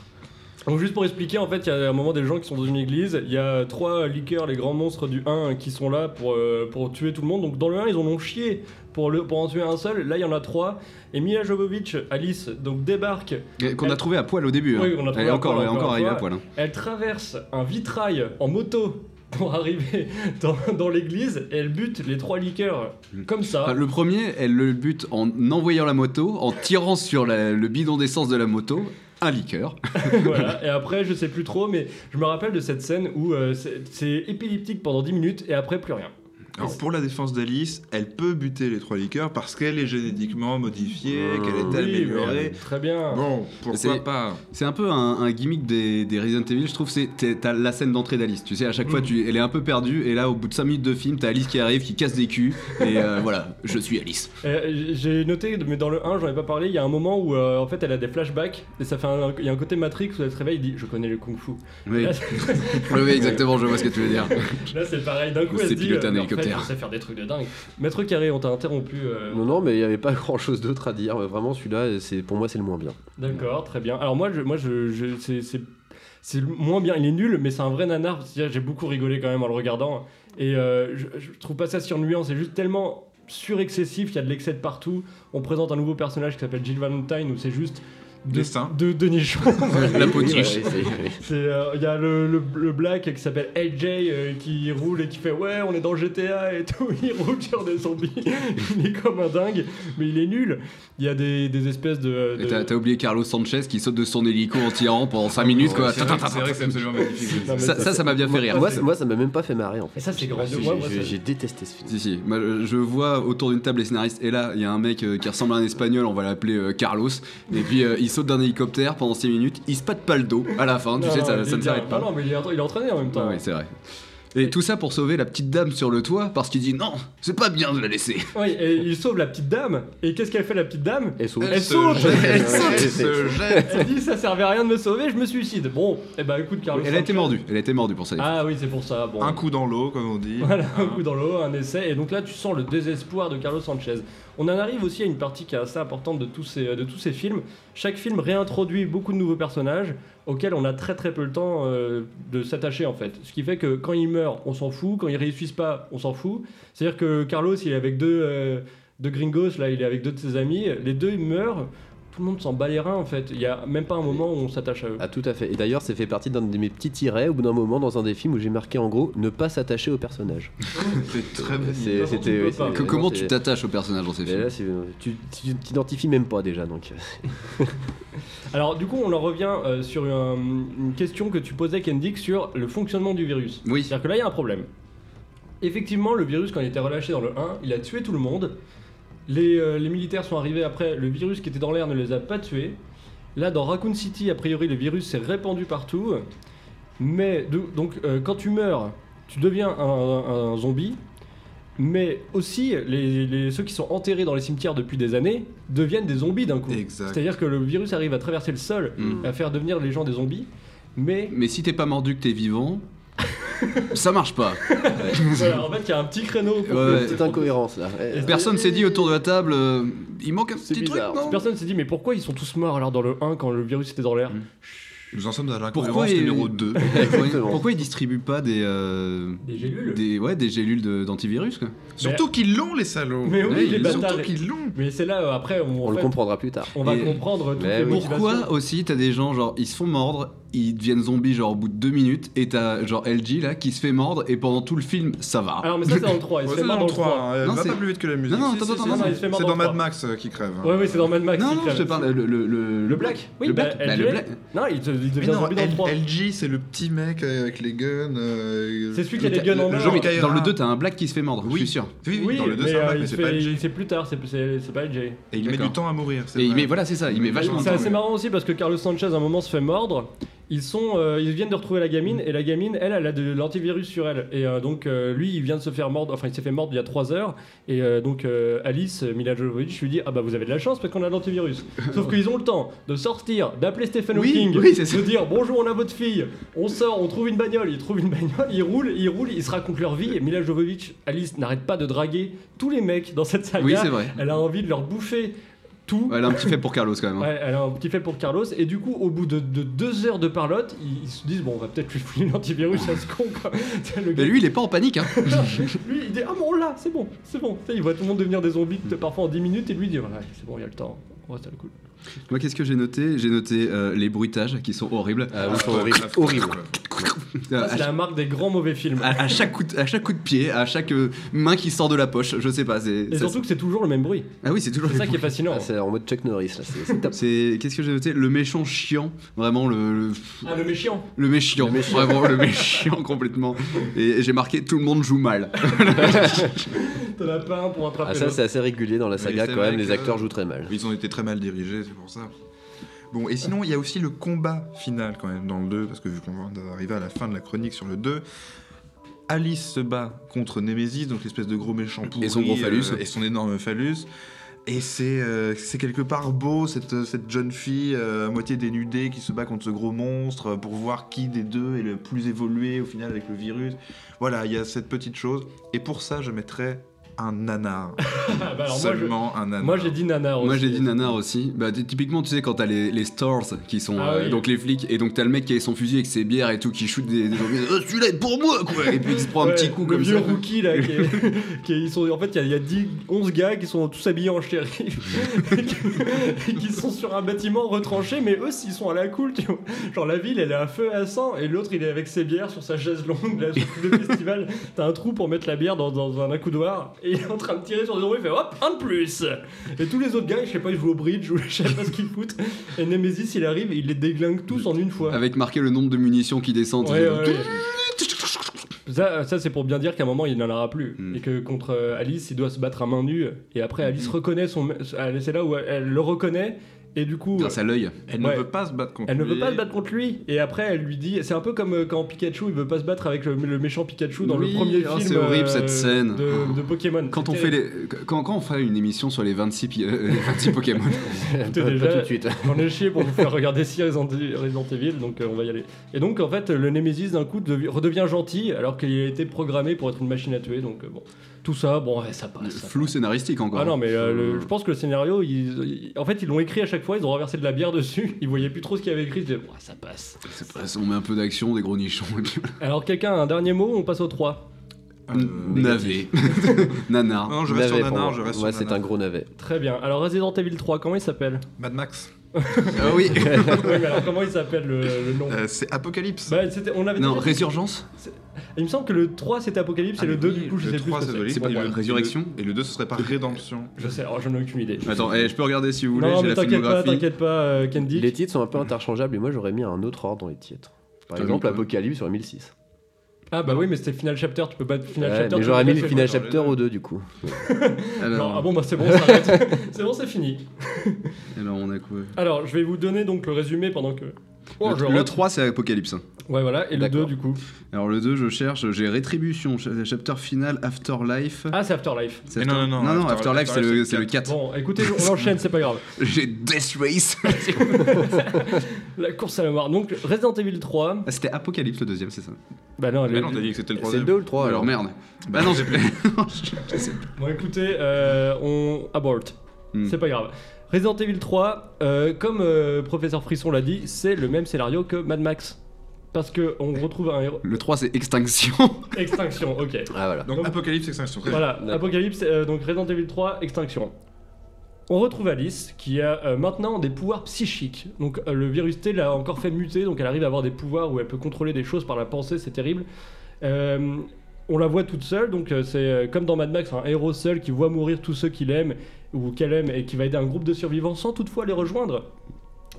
S4: Donc juste pour expliquer, en fait, il y a un moment des gens qui sont dans une église, il y a trois liqueurs, les grands monstres du 1, qui sont là pour, euh, pour tuer tout le monde. Donc dans le 1, ils en ont chié pour, le, pour en tuer un seul, là il y en a trois. Et Mila Jovovich, Alice, donc débarque,
S8: Et Qu'on a trouvé à poil au début. hein.
S4: Oui, on a trouvé
S8: Elle est
S4: à
S8: encore,
S4: poil,
S8: elle est encore
S4: encore à
S8: arrivée à
S4: poil.
S8: poil. hein.
S4: elle traverse un vitrail en moto pour arriver [LAUGHS] dans, dans l'église, et elle bute les trois liqueurs comme ça.
S8: Enfin, Ah, le premier, elle le bute en envoyant la moto, en tirant sur la- le bidon d'essence de la moto, un liqueur.
S4: [LAUGHS] voilà. Et après, je sais plus trop, mais je me rappelle de cette scène où euh, c'est c'est épileptique pendant 10 minutes et après plus rien.
S10: Alors pour la défense d'Alice, elle peut buter les trois liqueurs parce qu'elle est génétiquement modifiée,
S8: Ah
S10: qu'elle est
S4: Oui,
S10: améliorée.
S4: mais, euh, très bien.
S10: Bon,
S8: C'est-
S10: pourquoi pas
S8: C'est un peu un, un gimmick des, des Resident Evil, je trouve. C'est t'es- t'as la scène d'entrée d'Alice. Tu sais, à chaque fois, tu, elle est un peu perdue, et là, au bout de 5 minutes de film, t'as Alice qui arrive, qui casse des culs, et euh, [LAUGHS] voilà, je suis Alice.
S4: Euh, J'ai noté, mais dans le 1, j'en ai pas parlé, il y a un moment où euh, en fait elle a des flashbacks et ça fait un, il y a un côté Matrix où elle se réveille et dit Je connais le kung fu.
S8: Oui,
S4: Là, c'est-
S8: Oui, oui, exactement, je vois ce que tu veux dire.
S4: là, c'est pareil, d'un coup
S8: Ou
S4: elle se
S8: c'est
S4: dit
S8: piloter
S4: euh,
S8: un
S4: mais en fait,
S8: hélicoptère.
S4: Je sais faire des trucs de dingue. Maître Carré, on t'a interrompu. euh,
S9: Non non mais il n'y avait pas grand chose d'autre à dire, vraiment celui-là c'est pour moi c'est le moins bien.
S4: D'accord, très bien. Alors moi, je, moi je, je- c'est- c'est- c'est le moins bien, il est nul, mais c'est un vrai nanar. parce que J'ai beaucoup rigolé quand même en le regardant. Et euh, je, je trouve pas ça surnuant, c'est juste tellement surexcessif, il y a de l'excès de partout. On présente un nouveau personnage qui s'appelle Jill Valentine, où c'est juste de,
S8: Destin.
S4: de Denis Chouan.
S8: La potiche. [LAUGHS]
S4: C'est, euh, Il y a le, le, le black qui s'appelle LJ euh, qui roule et qui fait Ouais, on est dans GTA et tout. [LAUGHS] Il roule sur des zombies. [LAUGHS] il est comme un dingue, mais il est nul. Il y a des, des espèces de.
S8: Et
S4: de-
S8: T'as t'as oublié Carlos Sanchez qui saute de son hélico en tirant pendant 5 minutes quoi.
S11: C'est vrai que- c'est vrai que c'est absolument magnifique.
S8: [LAUGHS]
S4: Non, mais
S8: Ça, ça, ça m'a bien fait rire.
S9: Moi, ça- moi, ça m'a même pas fait marrer en
S4: Et
S9: fait.
S4: ça, c'est grand
S9: Parce
S4: de
S9: que
S4: moi. moi,
S9: J'ai
S4: ça-
S9: j'ai détesté ce film.
S8: Si, si. Moi, je- je vois autour d'une table les scénaristes, et là, il y a un mec euh, qui ressemble à un espagnol, on va l'appeler euh, Carlos, et puis euh, il saute d'un hélicoptère pendant 6 minutes, il se patte pas le dos à la fin, tu
S4: Non,
S8: sais,
S4: non,
S8: ça,
S4: il
S8: ça
S4: est
S8: ne
S4: bien.
S8: s'arrête pas.
S4: Ah non, mais il est, il est entraîné en même temps.
S8: Ah oui, c'est vrai. Et tout ça pour sauver la petite dame sur le toit, parce qu'il dit non, c'est pas bien de la laisser.
S4: Oui, et il sauve la petite dame. Et qu'est-ce qu'elle fait, la petite dame
S9: Et saute.
S4: [LAUGHS] Elle saute
S9: Elle
S8: saute.
S9: saute.
S4: Elle dit Ça servait à rien de me sauver, je me suicide. Bon, et eh ben écoute, Carlos.
S8: Elle a été
S4: Sanchez-
S8: mordue, elle a été mordue pour ça.
S4: Ah oui, c'est pour ça. Bon.
S10: Un coup dans l'eau, comme on dit.
S4: Voilà, [LAUGHS] un coup dans l'eau, un essai. Et donc là, tu sens le désespoir de Carlos Sanchez. On en arrive aussi à une partie qui est assez importante de tous ces, de tous ces films. Chaque film réintroduit beaucoup de nouveaux personnages auxquels on a très très peu le temps euh, de s'attacher en fait. Ce qui fait que quand il meurt, on s'en fout. Quand il réussissent pas, on s'en fout. C'est-à-dire que Carlos, il est avec deux, euh, deux gringos, là, il est avec deux de ses amis. Les deux, ils meurent. Tout le monde s'en bat les reins en fait. Il y a même pas un moment où on s'attache à eux.
S9: Ah, tout à fait. Et d'ailleurs, c'est fait partie d'un de mes petits tirets au bout d'un moment dans un des films où j'ai marqué en gros ne pas s'attacher au personnage.
S10: C'est très bien.
S9: C'est-
S4: Non, tu
S9: C'était.
S4: peux
S9: oui,
S4: pas.
S9: c'est-
S8: Que, comment
S9: c'est-
S8: tu t'attaches au personnage dans ces
S9: Mais
S8: films
S9: là, c'est- tu tu t'identifies même pas déjà donc.
S4: Alors du coup, on en revient euh, sur un- une question que tu posais, Kendick, sur le fonctionnement du virus.
S8: Oui.
S4: C'est-à-dire que là, il y a un problème. Effectivement, le virus, quand il était relâché dans le 1, il a tué tout le monde. Les, euh, les militaires sont arrivés après, le virus qui était dans l'air ne les a pas tués. Là, dans Raccoon City, a priori, le virus s'est répandu partout. Mais de- donc, euh, quand tu meurs, tu deviens un, un zombie. Mais aussi, les, les- ceux qui sont enterrés dans les cimetières depuis des années deviennent des zombies d'un coup.
S10: Exact.
S4: C'est-à-dire que le virus arrive à traverser le sol,
S8: Mm.
S4: à faire devenir les gens des zombies.
S8: [LAUGHS]
S4: Mais
S8: Mais si t'es pas mordu que t'es vivant, ça marche pas.
S4: voilà, en fait, il y a un petit créneau. pour
S8: Ouais,
S4: que-
S8: ouais.
S9: Petite incohérence là. Eh,
S8: Personne s'est dit autour de la table, euh, il manque un
S9: C'est
S8: petit
S9: bizarre.
S8: truc, non
S4: Personne s'est dit, mais pourquoi ils sont tous morts alors dans le 1 quand le virus était dans l'air
S8: Mm.
S10: Nous en sommes à la
S8: Pourquoi
S10: cohérence
S8: il-
S10: numéro 2.
S9: Exactement.
S8: [LAUGHS] Pourquoi ils distribuent pas des euh,
S4: Des gélules
S8: des ouais des gélules de- d'antivirus quoi
S10: Surtout qu'ils l'ont, les salauds.
S4: Mais oui,
S8: Ouais,
S4: les
S8: ils-
S4: bâtards.
S10: Surtout qu'ils l'ont.
S4: Mais c'est là, euh, après, on,
S9: On
S4: en
S9: le
S4: fait,
S9: comprendra plus tard.
S4: on va
S8: Et-
S4: comprendre toutes les
S9: Mais oui.
S8: Pourquoi
S4: motivations.
S8: aussi t'as des gens genre ils se font mordre, ils deviennent zombies genre au bout de deux minutes et t'as genre LG là qui se fait mordre et pendant tout le film ça va.
S4: Alors, mais ça, c'est dans le 3. Il se
S10: Ouais,
S4: fait
S10: c'est
S4: mordre
S10: dans le
S4: dans
S10: 3, hein, elle
S8: Non,
S10: va
S8: c'est-
S10: pas plus vite que la musique.
S8: non,
S10: Si,
S8: attends,
S10: si,
S8: attends,
S10: si,
S8: non,
S10: si.
S8: non,
S4: il se fait
S10: C'est
S4: mordre
S10: dans
S4: dans
S10: Mad
S4: le
S10: Max euh, qui crève. hein.
S4: Ouais, oui, c'est dans Mad Max.
S8: non
S4: il
S8: non
S4: crève.
S8: je te parle le le le,
S4: Le black Oui,
S8: le
S4: bah,
S8: black.
S4: elle
S8: Bah,
S4: devient-
S8: le black.
S4: Non, il, te- il
S10: Mais
S4: devient
S10: non,
S4: zombie dans le 3.
S10: L- LG, c'est le petit mec avec les guns. euh,
S4: C'est celui qui a
S10: le-
S4: les guns en
S10: le
S4: or.
S10: genre
S8: Oui, mais
S10: Kaira.
S8: dans le 2 t'as un black qui se fait mordre, je suis sûr.
S10: Ah. Oui, oui,
S4: Oui,
S10: dans le 2,
S4: mais
S10: c'est un
S4: euh,
S10: mec,
S4: il
S10: mais
S4: se
S10: c'est pas
S4: fait-
S10: LG.
S4: C'est plus tard, c'est- c'est c'est pas LJ.
S10: Et il met
S8: D'accord.
S10: du temps à mourir. c'est
S8: Et il
S10: vrai.
S8: met voilà c'est ça, il met vachement. de
S4: C'est
S8: temps.
S4: assez marrant aussi parce que Carlos Sanchez à un moment se fait mordre. Ils sont, euh, ils viennent de retrouver la gamine et la gamine, elle, elle a de l'antivirus sur elle. Et euh, donc euh, lui, il vient de se faire mordre. Enfin, il s'est fait mordre il y a 3 heures. Et euh, donc euh, Alice euh, Mila Jovovich lui dit ah bah vous avez de la chance parce qu'on a de
S8: [LAUGHS]
S4: l'antivirus. Sauf qu'ils ont le temps de sortir, d'appeler Stephen
S8: Oui,
S4: Hawking,
S8: oui, c'est ça.
S4: de dire bonjour on a votre fille. On sort, on trouve une bagnole, ils trouvent une bagnole, ils roulent, ils roulent, ils se racontent leur vie. Et Mila Jovovich, Alice n'arrête pas de draguer tous les mecs dans cette saga.
S8: Oui
S4: [LAUGHS]
S8: c'est vrai.
S4: elle a envie de leur bouffer tout.
S8: Ouais, Elle a un petit fait pour Carlos quand même. hein.
S4: Ouais, elle a un petit fait pour Carlos. Et du coup, au bout de, de deux heures de parlotte, ils, ils se disent Bon, on va peut-être lui fouiller l'antivirus
S8: [LAUGHS]
S4: à ce con. Quoi. [LAUGHS] C'est le
S8: Mais
S4: gars-
S8: lui il est pas en panique hein.
S4: lui, il dit Ah bon, là, c'est bon, c'est bon. Tu sais, il voit tout le monde devenir des zombies de- parfois en 10 minutes. Et lui, il dit Ouais, c'est bon, il y a le temps. Ouais, ça le cool.
S8: Euh, Moi qu'est-ce que j'ai noté J'ai noté euh, les bruitages qui sont horribles.
S9: Ah, oui, c'est horrible. horrible.
S8: Euh,
S4: Ça, c'est la marque des grands mauvais films.
S8: à, à chaque coup de, à chaque coup de pied, à chaque euh, main qui sort de la poche, je sais pas. C'est,
S4: Et
S8: ça-
S4: surtout que c'est toujours le même bruit.
S8: [LAUGHS] ah oui, c'est toujours.
S4: C'est ça qui est fascinant.
S9: Ah, c'est en mode Chuck Norris là. c'est- c'est top.
S8: C'est qu'est-ce que j'ai noté Le méchant chiant, vraiment le le,
S4: Ah, le méchant.
S8: le méchant, vraiment le méchant complètement. Et j'ai marqué tout le monde joue mal.
S4: T'en as pas un pour attraper.
S9: Ah ça
S4: l'autre.
S9: c'est assez régulier dans la saga
S10: c'est
S9: quand même.
S10: vrai
S9: Les
S10: que-
S9: acteurs jouent très
S10: [LAUGHS]
S9: mal.
S10: Ils ont été très mal dirigés, c'est pour ça. Bon, et sinon, il y a aussi le combat final quand même dans le 2, parce que vu qu'on vient d'arriver à la fin de la chronique sur le 2, Alice se bat contre Nemesis, donc l'espèce de gros méchant pourri. euh,
S8: Et son gros phallus.
S10: et son énorme phallus. Et c'est euh, c'est quelque part beau, cette, cette jeune fille euh, à moitié dénudée qui se bat contre ce gros monstre euh, pour voir qui des deux est le plus évolué au final avec le virus. Voilà, il y a cette petite chose. Et pour ça, je mettrais un nanar.
S4: bah alors moi,
S10: Seulement un nanar.
S4: Moi j'ai dit nanar aussi.
S8: Moi j'ai dit nanar aussi. Bah, t- typiquement, tu sais, quand t'as les, les stores qui sont
S4: Ah
S8: euh,
S4: oui.
S8: donc les flics, et donc t'as le mec qui a son fusil avec ses bières et tout, qui shoot des. des gens, Euh, Celui-là est pour moi quoi Et puis il se prend un
S4: Ouais,
S8: petit coup
S4: le
S8: comme
S4: vieux
S8: ça.
S4: rookie là qui, est-
S8: [LAUGHS]
S4: qui est- ils sont en fait il y a- il y a, 10 11 gars qui sont tous habillés en shérif [LAUGHS] et qui- et qui sont sur un bâtiment retranché mais eux s'ils sont à la cool tu vois genre la ville elle est à feu à sang et l'autre il est avec ses bières sur sa chaise longue là sur le festival t'as un trou pour mettre la bière dans, dans un accoudoir et il est en train de tirer sur des zombies il fait hop un de plus et tous les autres gars je sais pas ils jouent au bridge ou je sais pas ce qu'ils foutent et Nemesis il arrive et il les déglingue tous en une fois
S8: Avec marqué le nombre de munitions qui descendent.
S4: Ouais, ouais, ouais. Ça, ça, c'est pour bien dire qu'à un moment il n'en aura plus
S8: Hmm.
S4: et que contre euh, Alice il doit se battre à main nue et après Alice reconnaît son ma- elle- c'est là où elle, elle le reconnaît et du coup
S8: Grâce à l'œil.
S10: Elle
S4: Ouais.
S10: ne veut pas se battre contre
S4: elle ne
S10: lui.
S4: veut pas se battre contre lui et après elle lui dit c'est un peu comme euh, quand Pikachu il veut pas se battre avec le, le méchant Pikachu dans
S8: Oui,
S4: le premier
S8: oh,
S4: film
S8: c'est horrible,
S4: euh,
S8: cette scène. Oh.
S4: de, de Pokémon
S8: Quand on,
S4: C'est
S8: fait les, quand, quand on fera une émission sur les 26, pi- euh, les 26 Pokémon, [LAUGHS]
S4: Écoutez, déjà, [LAUGHS] J'en ai chié pour vous faire regarder si Resident Resident Evil, donc euh, on va y aller. Et donc, en fait, le Nemesis, d'un coup, devi- redevient gentil, alors qu'il a été programmé pour être une machine à tuer, donc euh, bon. Tout ça, bon, [LAUGHS] ouais, ça passe. ça
S8: flou scénaristique encore.
S4: Ah non, mais euh, le- je pense que le scénario, ils- ils- en fait, ils l'ont écrit à chaque fois, ils ont renversé de la bière dessus, [LAUGHS] ils voyaient plus trop ce qu'il y avait écrit, ils disaient, Ouais, ça passe.
S8: C'est pas ça, on met un peu d'action, des gros nichons. et puis-
S4: Alors, quelqu'un a un dernier mot, on passe au 3.
S8: Euh, Navet. [LAUGHS] Nanar.
S10: euh, Non, je reste sur
S9: Navet pour
S10: nanar,
S9: moi.
S10: je reste
S9: Ouais,
S10: sur
S9: c'est
S10: nanar.
S9: un gros navet.
S4: Très bien. Alors, Resident Evil 3, comment il s'appelle
S10: Mad Max.
S8: Ah oui
S4: Oui, mais alors, comment il s'appelle le, le nom
S10: Euh, c'est Apocalypse.
S4: Bah, c'était- on avait
S8: Non,
S4: déjà-
S8: Résurgence
S4: Il me semble que le 3 c'était Apocalypse et le 2 du coup je
S10: le
S4: sais plus.
S10: 3,
S4: ce que
S10: ça doit
S4: c'est.
S10: être-
S8: C'est pas
S10: et
S8: la
S10: le-
S8: résurrection
S10: Et le 2, ce serait [LAUGHS] pas Rédemption.
S4: Je sais, alors j'en ai aucune idée.
S8: Attends, eh, je peux regarder si vous voulez,
S4: non,
S8: j'ai
S4: mais
S8: la
S4: t'inquiète pas,
S8: filmographie.
S4: t'inquiète pas, euh, Candy.
S9: Les titres sont un peu interchangeables et moi j'aurais mis un autre ordre dans les titres. Par
S8: T'as
S9: exemple,
S8: mis quoi
S9: Apocalypse sur 1006.
S4: Ah bah oui, mais c'était Final Chapter, tu peux pas. Final
S9: Ouais,
S4: Chapter.
S9: mais
S4: tu
S9: j'aurais
S4: peux
S9: mis
S4: pas
S9: le
S4: faire-
S9: Final
S10: genre, les
S9: Chapter au 2 du coup.
S8: Alors,
S4: Non, ah bon, bah c'est bon, ça arrête. [LAUGHS] c'est bon, c'est fini.
S8: alors, on a quoi
S4: Alors, je vais vous donner donc le résumé pendant que. Oh, je
S8: Le, le
S4: rentre.
S8: 3, c'est Apocalypse.
S4: Ouais, voilà, et le 2
S9: D'accord.
S4: du coup.
S8: Alors, le 2, je cherche, j'ai Rétribution, cha- chapitre final, Afterlife.
S4: Ah, c'est Afterlife.
S8: C'est
S10: Mais
S8: After-
S10: non, non, non,
S8: non,
S10: After-
S8: Afterlife, c'est le,
S10: Afterlife,
S8: c'est le 4.
S4: Bon, écoutez, on enchaîne, c'est pas grave.
S8: J'ai Death Race.
S4: La course à la mort. Donc, Resident Evil 3.
S8: [LAUGHS] Ah, C'était Apocalypse le deuxième, c'est ça.
S4: Bah non, elle
S10: Mais
S4: est-
S10: non, t'as dit que c'était le
S9: C'est le
S10: troisième.
S9: 2 ou le 3
S8: Oh, alors,
S9: alors
S8: merde. Bah [LAUGHS] non, j'ai
S4: Bon, écoutez, euh, on aborte.
S8: Hmm.
S4: C'est pas grave. Resident Evil 3, euh, comme euh, Professeur Frisson l'a dit, c'est le même scénario que Mad Max. Parce que on retrouve un héros.
S8: Le 3, c'est [LAUGHS] Extinction.
S4: Extinction, ok.
S9: Ah voilà.
S10: Donc,
S4: Donc-
S10: Apocalypse, Extinction.
S4: Voilà,
S9: D'accord.
S4: Apocalypse, euh, donc Resident Evil 3, Extinction. On retrouve Alice qui a euh, maintenant des pouvoirs psychiques. Donc euh, le virus T l'a encore fait muter, donc elle arrive à avoir des pouvoirs où elle peut contrôler des choses par la pensée, c'est terrible. Euh, on la voit toute seule, donc euh, c'est euh, comme dans Mad Max, un héros seul qui voit mourir tous ceux qu'il aime ou qu'elle aime et qui va aider un groupe de survivants sans toutefois les rejoindre.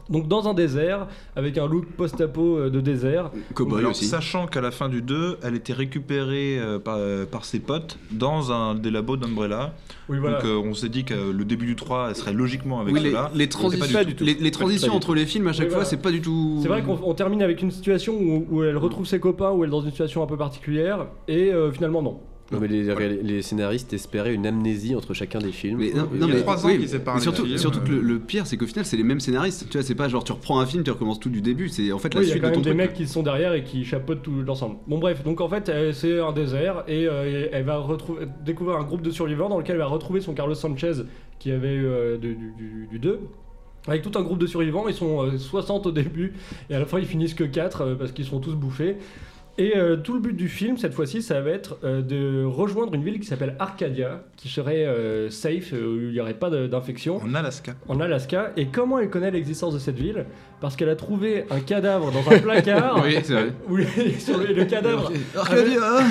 S4: Donc dans un désert, avec un look post-apo euh, de désert,
S8: Cowboy
S10: Alors,
S8: aussi.
S10: sachant qu'à la fin du 2, elle était récupérée euh, par, euh, par ses potes dans un des labos d'Umbrella.
S4: oui voilà,
S10: Donc euh, on s'est dit que euh, le début du 3 elle serait logiquement avec
S8: Oui, les,
S10: cela.
S8: les transitions,
S10: Pas du tout.
S8: les, les transitions entre les films à chaque
S4: Oui,
S8: fois,
S4: voilà.
S8: c'est pas du tout.
S4: C'est vrai qu'on on termine avec une situation où, où elle retrouve ses copains, où elle est dans une situation un peu particulière, et euh, finalement non.
S9: Non, mais les, les scénaristes espéraient une amnésie entre chacun des films.
S8: Mais non,
S9: Et
S8: non,
S10: Il y a
S8: mais-
S10: trois ans
S8: oui,
S10: qu'ils séparent
S8: mais
S10: les
S8: surtout,
S10: films,
S8: surtout que
S10: euh.
S8: le, le pire, c'est qu'au final, c'est les mêmes scénaristes. Tu vois, c'est pas genre tu reprends un film, tu recommences tout du début. C'est en fait la
S4: Oui, il y a
S8: suite
S4: quand
S8: de
S4: même
S8: ton
S4: des
S8: truc.
S4: mecs qui sont derrière et qui chapeautent tout l'ensemble. Bon bref, donc en fait elle- c'est un désert et euh, elle va retrouver, découvrir un groupe de survivants dans lequel elle va retrouver son Carlos Sanchez qui avait eu euh, du, du- du- du 2. Avec tout un groupe de survivants, ils sont euh, 60 au début et à la fin ils finissent que 4 euh, parce qu'ils sont tous bouffés. Et euh, tout le but du film, cette fois-ci, ça va être euh, de rejoindre une ville qui s'appelle Arcadia, qui serait euh, safe, euh, où il n'y aurait pas de- d'infection
S10: En Alaska.
S4: en Alaska. Et comment elle connaît l'existence de cette ville Parce qu'elle a trouvé un cadavre dans un placard.
S8: [LAUGHS] Oui, c'est vrai.
S4: où les- sur le, le cadavre,
S8: Arcadia hein.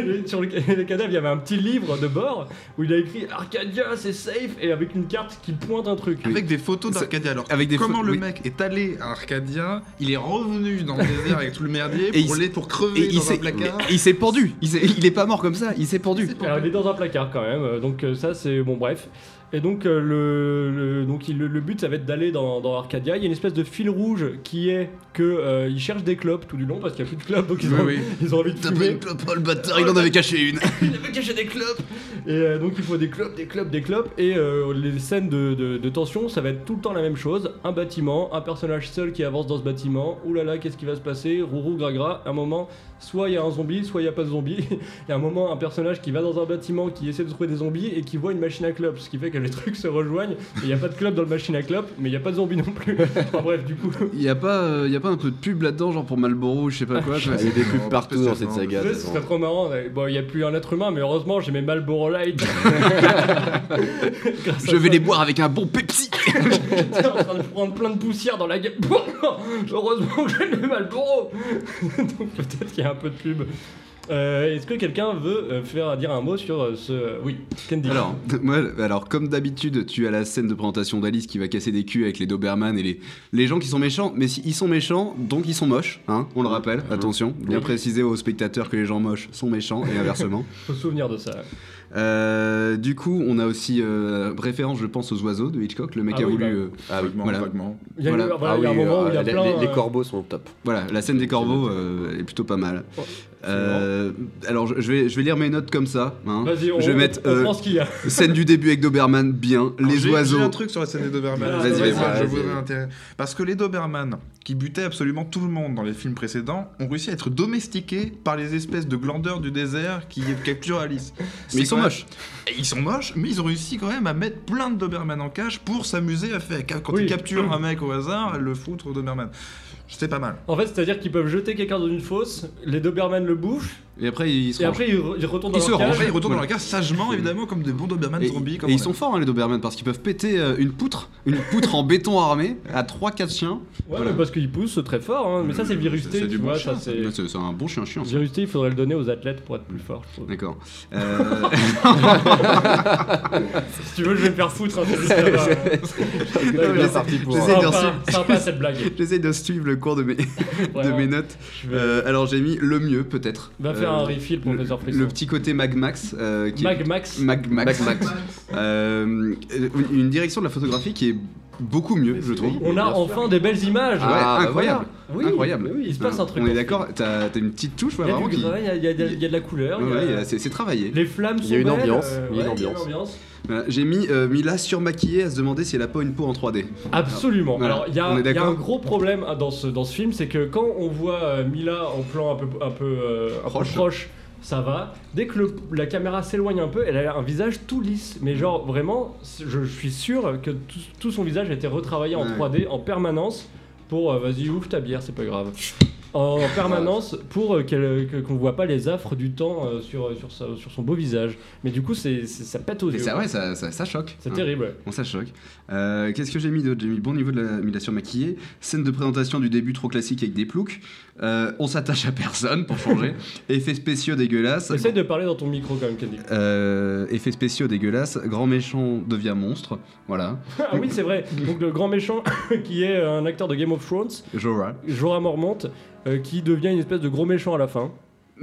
S4: le- [LAUGHS] sur le, le cadavre, il y avait un petit livre de bord où il a écrit Arcadia, c'est safe, et avec une carte qui pointe un
S8: Ah,
S4: truc.
S10: Avec des photos d'Arcadia. Alors,
S8: Avec des
S10: comment
S8: photos-
S10: le
S8: oui.
S10: mec est allé à Arcadia Il est revenu dans le désert avec tout le merdier
S8: Et
S10: pour,
S8: il-
S10: les, pour
S8: Et
S10: crever
S8: il
S10: dans un
S8: s'est-
S10: placard.
S8: mais il s'est pendu. Il, s'est- il est pas mort comme ça. Il s'est pendu.
S4: Alors, il est dans un placard quand même, euh, donc euh, ça c'est bon bref. Et donc, euh, le, le- donc il- le, le but ça va être d'aller dans, dans Arcadia. Il y a une espèce de fil rouge qui est que euh, ils cherchent des clopes tout du long parce qu'il n'y a plus de clopes donc ils ont,
S8: Oui, oui.
S4: ils ont envie de fumer.
S8: pas le bâtard, il en avait caché une.
S4: Il avait caché des clopes. Et euh, donc il faut des clopes, des clopes, des clopes. Et euh, les scènes de, de- de tension, ça va être tout le temps la même chose. Un bâtiment, un personnage seul qui avance dans ce bâtiment. Ouh là là, qu'est-ce qui va se passer Rourou, gragra. À un moment, soit il y a un zombie, soit il n'y a pas de zombie. [LAUGHS] Et à un moment, un personnage qui va dans un bâtiment, qui essaie de trouver des zombies et qui voit une machine à clopes. Ce qui fait que les [LAUGHS] trucs se rejoignent. Et Il n'y a pas de clopes dans le machine à clopes, mais il n'y a pas de zombie non plus. [LAUGHS] Enfin bref, du coup.
S8: Il y a pas, euh, y a pas un peu de pub là-dedans, genre pour Malboro ou je sais pas quoi. tu vois,
S9: Il y a des pubs
S8: Non, pas
S9: partout dans cette
S8: spécialement.
S4: [LAUGHS]
S9: saga. de
S4: Ce
S9: toute
S4: serait
S9: façon.
S4: trop marrant. Bon, il n'y a plus un être humain, mais heureusement, j'ai mes Malboro Light. Grâce à
S8: Je vais
S4: toi.
S8: les boire avec un bon Pepsi.
S4: J'étais en train de prendre plein de poussière dans la gueule. [LAUGHS] Heureusement que j'ai le Malboro. [LAUGHS] Donc peut-être qu'il y a un peu de pub. Euh, Est-ce que quelqu'un veut euh, faire dire un mot sur euh, ce. oui, Candy.
S8: Alors, [LAUGHS] moi, alors comme d'habitude, tu as la scène de présentation d'Alice qui va casser des culs avec les Doberman et les, les gens qui sont méchants. Mais si, ils sont méchants, donc ils sont moches. Hein, on le rappelle, attention. Bien préciser aux spectateurs que les gens moches sont méchants et
S4: [LAUGHS]
S8: inversement.
S4: Faut se souvenir de ça.
S8: Euh, du coup, on a aussi euh, référence, je pense, aux oiseaux de Hitchcock. Le mec
S4: Ah
S8: a
S4: oui,
S8: voulu.
S4: bah.
S8: euh,
S10: Vaguement,
S8: voilà.
S10: vaguement.
S4: Il y a eu-
S8: Voilà. Ah
S4: voilà, il y a un
S9: oui,
S4: moment où il y a
S9: euh, les-
S4: plein,
S9: les, les
S4: euh,
S9: corbeaux sont top.
S8: Voilà, la scène des corbeaux euh, est plutôt pas mal.
S4: Oh,
S8: Euh, alors, je, je vais, je vais lire mes notes comme ça. hein.
S4: Vas-y, on,
S8: je vais mettre
S4: on
S8: euh,
S4: prend ce qu'il y a.
S8: scène du début avec Doberman, bien.
S10: Alors,
S8: Les
S10: j'ai-
S8: oiseaux.
S10: J'ai un truc sur la scène des Doberman.
S4: Vas-y, vas-y,
S10: Ça,
S9: vas-y.
S10: je voudrais intéresser. Parce que les Doberman, qui butaient absolument tout le monde dans les films précédents, ont réussi à être domestiqués par les espèces de glandeurs du désert qui capturent Alice. C'est
S8: ils sont
S10: quand même-
S8: moches.
S10: Et Ils sont moches, mais ils ont réussi quand même à mettre plein de Doberman en cage pour s'amuser à faire. Quand
S4: Oui.
S10: ils capturent un mec au hasard, le foutre au Doberman. C'était pas mal.
S4: En fait, c'est-à-dire qu'ils peuvent jeter quelqu'un dans une fosse, les Doberman le bouffent,
S8: Et après, ils se
S4: et
S8: rangent.
S4: après ils, re- ils retournent dans
S8: Ils se
S4: leur
S8: rangent,
S4: cage.
S10: Après, ils retournent
S8: Voilà.
S10: dans la cage sagement, évidemment, comme des bons Doberman
S8: Et,
S10: zombies. comme
S8: et
S10: on
S8: ils
S10: aime.
S8: sont forts, hein, les Doberman, parce qu'ils peuvent péter euh, une poutre, une poutre en béton armé à 3-4 chiens.
S4: Ouais,
S8: Voilà. Mmh,
S4: mais parce qu'ils poussent très fort. hein. Mais ça, c'est virusté.
S8: C'est du
S4: tu
S8: bon
S4: vois,
S8: chien.
S4: ça,
S8: ça.
S4: c'est-
S8: Ouais, C'est c'est un bon chien chiant. ça.
S4: Virusté, il faudrait le donner aux athlètes pour être plus fort, je trouve. [LAUGHS]
S8: D'accord. Euh,
S4: Si tu veux, je vais me faire foutre.
S8: [LAUGHS]
S4: hein, c'est juste là-bas, hein.
S8: Non, mais
S9: Il
S8: [LAUGHS]
S9: est
S8: j'essaie-
S9: parti pour.
S8: j'essaie de
S4: sympa,
S8: reçu-
S4: sympa cette blague.
S8: J'essaie [LAUGHS] de suivre le cours
S4: [LAUGHS]
S8: de mes, de
S4: Vraiment,
S8: mes notes.
S4: je vais-
S8: Euh, alors j'ai mis le mieux peut-être.
S4: Va faire
S8: Euh,
S4: un refill,
S8: le,
S4: professeur Frisson.
S8: le petit côté Mag Max. euh, qui est-
S4: Mag Max.
S8: Mag Max. Euh, une- une direction de la photographie qui est beaucoup mieux, je trouve.
S4: On a enfin des belles images.
S8: Ouais,
S9: Ah, bah
S8: incroyable.
S4: Oui,
S8: incroyable.
S4: oui, il se passe un truc.
S8: On est d'accord, t'as t'as une petite touche, ouais,
S4: Il y a
S8: vraiment.
S4: du
S8: qui-
S4: grain, il y a- il y, a de- il y a de la couleur. il y a-
S8: Ouais, ouais, euh, c'est c'est travaillé.
S4: Les flammes sont
S9: Il y a une
S4: belles,
S9: ambiance,
S4: euh,
S9: il y a une
S4: ouais,
S9: ambiance.
S8: Voilà, J'ai mis euh, Mila surmaquillée à se demander si elle a pas une peau en 3D.
S4: Oh, Absolument.
S8: Voilà.
S4: Alors, il y, a-
S8: On est
S4: il y a
S8: d'accord
S4: un gros problème hein, dans ce, dans ce film, c'est que quand on voit euh, Mila en plan un peu, un peu, euh, un peu
S8: Proche.
S4: proche, ça va. Dès que le- la caméra s'éloigne un peu, elle a un visage tout lisse. Mais genre, vraiment, c'est- je, suis sûr que tout, tout son visage a été retravaillé en
S8: Ouais.
S4: 3D en permanence pour, euh, vas-y, ouvre ta bière, c'est pas grave.
S8: [LAUGHS]
S4: En permanence pour euh, qu'elle- que- qu'on voit pas les affres du temps euh, sur, sur, sa- sur son beau visage. Mais du coup, c'est c'est- ça pète aux yeux.
S8: Et ça, ouais, ça, ça, ça choque.
S4: C'est
S8: hein.
S4: terrible.
S8: Bon, ça choque. Euh, Qu'est-ce que j'ai mis d'autre J'ai mis bon niveau de la Mila surmaquillée. Scène de présentation du début trop classique avec des ploucs. Euh, on s'attache à personne pour
S4: [LAUGHS]
S8: changer. Effets spéciaux dégueulasses.
S4: Essaye de parler dans ton micro quand même, Candy.
S8: Euh, effets spéciaux dégueulasses. Grand méchant devient monstre. Voilà.
S4: Ah oui, c'est vrai. Donc le grand méchant [LAUGHS] qui est un acteur de Game of Thrones,
S8: Jorah.
S4: Jorah Mormont, euh, qui devient une espèce de gros méchant à la fin.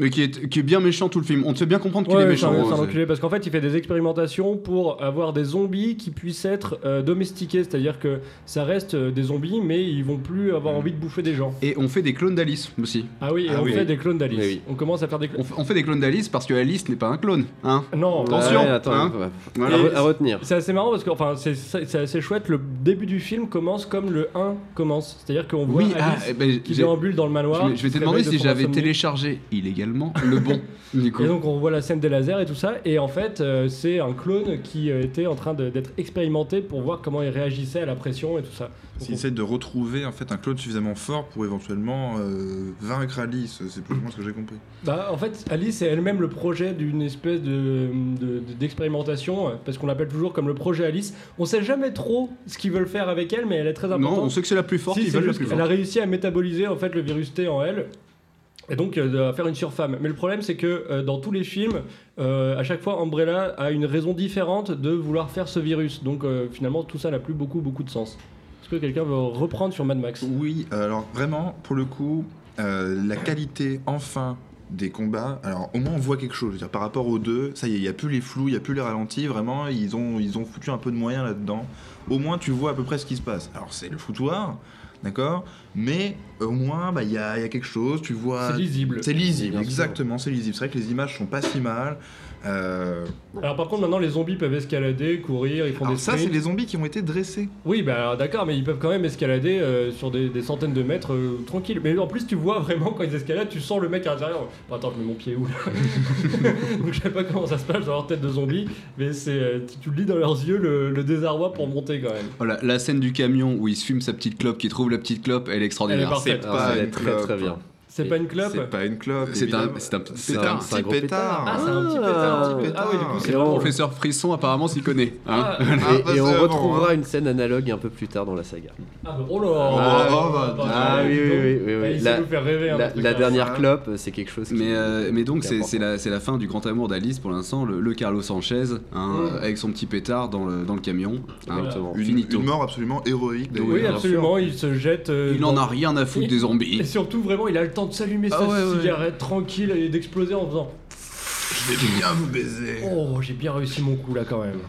S8: Mais qui est, qui est bien méchant tout le film. On te fait bien comprendre qu'il
S4: Ouais,
S8: est
S4: ouais,
S8: méchant.
S4: c'est un- c'est
S8: hein,
S4: un
S8: c'est-
S4: enculé, parce qu'en fait, il fait des expérimentations pour avoir des zombies qui puissent être euh, domestiqués, c'est-à-dire que ça reste euh, des zombies, mais ils vont plus avoir envie de bouffer des gens.
S8: Et on fait des clones d'Alice aussi.
S4: Ah oui, et
S8: Ah
S4: on
S8: oui.
S4: fait des clones d'Alice.
S9: Mais oui.
S4: On commence à faire des
S8: On,
S4: clones.
S8: f- on fait des clones d'Alice parce que Alice n'est pas un clone. Hein
S4: Non,
S8: Ouais. Attention,
S9: attends,
S8: hein.
S9: ouais.
S8: Voilà.
S9: À re- à retenir.
S4: C'est assez marrant parce que enfin c'est- c'est c'est assez chouette. Le début du film commence comme le 1 commence, c'est-à-dire qu'on voit
S8: Oui, ah,
S4: Alice
S8: eh ben,
S4: qui
S8: j'ai-
S4: déambule dans le manoir.
S8: je vais- je vais
S4: qui
S8: te
S4: se
S8: demander
S4: réveille de
S8: si
S4: son
S8: j'avais
S4: insomnie.
S8: téléchargé illégalement le bon. Du
S4: [LAUGHS]
S8: coup.
S4: Et donc on voit la scène des lasers et tout ça, et en fait euh, c'est un clone qui euh, était en train de- d'être expérimenté pour voir comment il réagissait à la pression et tout ça.
S10: Ils essaient de retrouver en fait un clone suffisamment fort pour éventuellement euh, vaincre Alice. C'est plus ou moins ce que j'ai compris.
S4: Bah, en fait Alice est elle-même le projet d'une espèce de de- de- d'expérimentation, euh, parce qu'on l'appelle toujours comme le projet Alice. On sait jamais trop ce qu'ils veulent faire avec elle, mais elle est très importante.
S8: non, on sait que c'est la plus forte.
S4: Si,
S8: ils
S4: c'est
S8: veulent la
S4: juste
S8: plus
S4: qu'elle
S8: forte.
S4: a réussi à métaboliser en fait le virus T en elle et donc euh, à faire une surfemme. Mais le problème c'est que euh, dans tous les films, euh, à chaque fois Umbrella a une raison différente de vouloir faire ce virus. Donc euh, finalement tout ça n'a plus beaucoup beaucoup de sens. Est-ce que quelqu'un veut reprendre sur Mad Max
S10: Oui, alors vraiment, pour le coup, euh, la qualité enfin des combats, alors au moins on voit quelque chose. Je veux dire, par rapport aux deux, ça y est, il n'y a plus les flous, il n'y a plus les ralentis, vraiment, ils ont, ils ont foutu un peu de moyens là-dedans. Au moins tu vois à peu près ce qui se passe. Alors c'est le foutoir, D'accord Mais au moins, bah, il y, a, il y a quelque chose, tu vois.
S4: C'est lisible.
S10: C'est lisible,
S4: Bien sûr.
S10: exactement, c'est lisible. C'est vrai que les images sont pas si mal. Euh,
S4: Alors par contre maintenant les zombies peuvent escalader, courir, ils font
S10: Alors
S4: des
S10: ça, c'est
S4: sprints.
S10: les zombies qui ont été dressés.
S4: Oui bah alors, d'accord mais ils peuvent quand même escalader euh, sur des, des centaines de mètres euh, tranquille. Mais en plus tu vois vraiment quand ils escaladent tu sens le mec à l'intérieur. Enfin, attends je mets mon pied où là [LAUGHS] Donc je sais pas comment ça se passe dans leur tête de zombie mais c'est euh, tu, tu lis dans leurs yeux le, le désarroi pour monter quand même.
S8: Oh, la, la scène du camion où il se fume sa petite clope, qui trouve la petite clope, elle est
S4: Elle est
S8: extraordinaire.
S4: parfaite.
S9: Alors, ça va être très,
S8: clope.
S9: très bien.
S4: C'est pas une clope
S10: C'est pas une clope.
S8: C'est un,
S10: évidemment.
S8: c'est un,
S10: C'est
S8: c'est
S10: un
S8: un-
S10: petit
S8: c'est un gros
S10: pétard.
S4: Ah c'est un petit pétard.
S10: petit pétard.
S4: Ah oui du coup c'est
S9: Et
S4: vraiment-
S9: on-
S8: Professeur Frisson apparemment s'y connaît. hein.
S4: Ah,
S10: Ah,
S9: Et,
S10: bah,
S9: et on
S10: c'est avant,
S9: retrouvera
S10: hein.
S9: une scène analogue un peu plus tard dans la saga.
S4: Ah, bah, oh là
S10: Ah,
S4: là,
S10: oh, bah,
S4: bah,
S9: ah, oui,
S4: dis donc.
S9: oui, oui, oui, oui.
S4: Ah, Il
S9: La-
S4: sait nous faire rêver. hein,
S9: La,
S4: ce truc-là.
S9: la dernière
S10: ça.
S9: clope, c'est quelque chose
S8: [LAUGHS]
S9: qui-
S8: Mais, euh, mais donc
S9: qui est
S8: c'est
S9: important.
S8: c'est la, c'est la fin du grand amour d'Alice pour l'instant, le, le Carlos Sanchez hein,
S4: Mm.
S8: avec son petit pétard dans le, dans le camion. hein.
S9: Exactement.
S10: Une,
S8: Finito.
S10: une mort absolument héroïque d'ailleurs.
S4: Oui
S8: bien
S4: absolument il se jette. euh,
S8: Il en
S4: dans-
S8: a rien
S4: [LAUGHS]
S8: à foutre des
S4: Et
S8: zombies.
S4: surtout, vraiment, il a le temps de s'allumer
S8: Ah
S4: sa
S8: ouais, ouais.
S4: cigarette tranquille et d'exploser en faisant
S10: Je vais bien vous baiser.
S9: euh,
S4: Oh, j'ai bien réussi mon coup là quand même.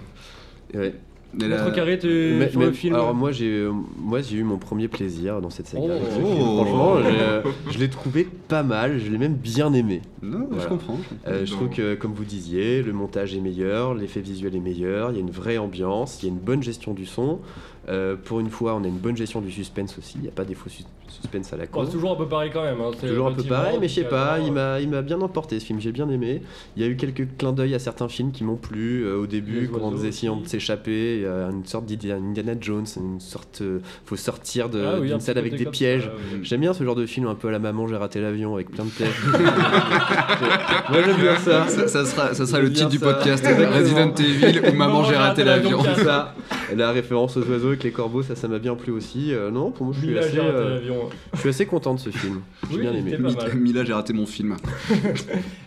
S9: Ouais.
S8: Mais la-
S4: Maître Carré, tu
S9: Mais-
S4: sur
S9: mais-
S4: le film
S9: Alors moi j'ai euh, moi j'ai eu mon premier plaisir dans cette saga.
S4: Oh.
S9: avec ce film.
S8: Oh.
S9: Franchement, j'ai, euh, je l'ai trouvé pas mal, je l'ai même bien aimé.
S8: Non,
S9: Voilà.
S8: je comprends. je comprends.
S9: Euh, je trouve que comme vous disiez, le montage est meilleur, l'effet visuel est meilleur, il y a une vraie ambiance, il y a une bonne gestion du son. Euh, pour une fois, on a une bonne gestion du suspense aussi. Il n'y a pas des faux sus- suspense à la
S4: Oh,
S9: con.
S4: c'est toujours un peu pareil quand même. hein, c'est
S9: Toujours un peu
S4: relativement,
S9: pareil, mais je sais
S4: puis
S9: pas,
S4: alors,
S9: il
S4: euh,
S9: m'a, il m'a bien emporté ce film, j'ai bien aimé. Il y a eu quelques clins d'œil à certains films qui m'ont plu euh, au
S4: Les
S9: début, quand on
S4: oiseaux
S9: faisait si on
S4: aussi.
S9: de s'échapper, il y a une sorte d'Indiana Jones, une sorte, euh, faut sortir de,
S4: ah oui, un
S9: d'une
S4: petit
S9: salle avec
S4: côté
S9: des
S4: comme ça,
S9: pièges.
S4: ouais.
S9: J'aime bien ce genre de film un peu à la maman, j'ai raté l'avion avec plein de pièges.
S4: [LAUGHS]
S9: [LAUGHS] Moi j'aime bien ça.
S8: Ça, ça sera, ça sera le
S9: Bien
S8: titre du
S9: ça.
S8: podcast
S9: Exactement.
S8: Resident Evil ou Maman j'ai raté l'avion.
S4: quatre.
S9: C'est ça. La référence aux oiseaux avec les corbeaux, ça, ça m'a bien plu aussi. Euh, non, pour moi, je suis,
S4: Mila
S9: assez,
S4: Gérard de
S9: euh,
S4: l'avion.
S9: je suis assez content de ce film. J'ai
S4: Oui,
S9: bien
S4: il
S9: aimé.
S4: était pas mal.
S8: Mila j'ai raté mon film.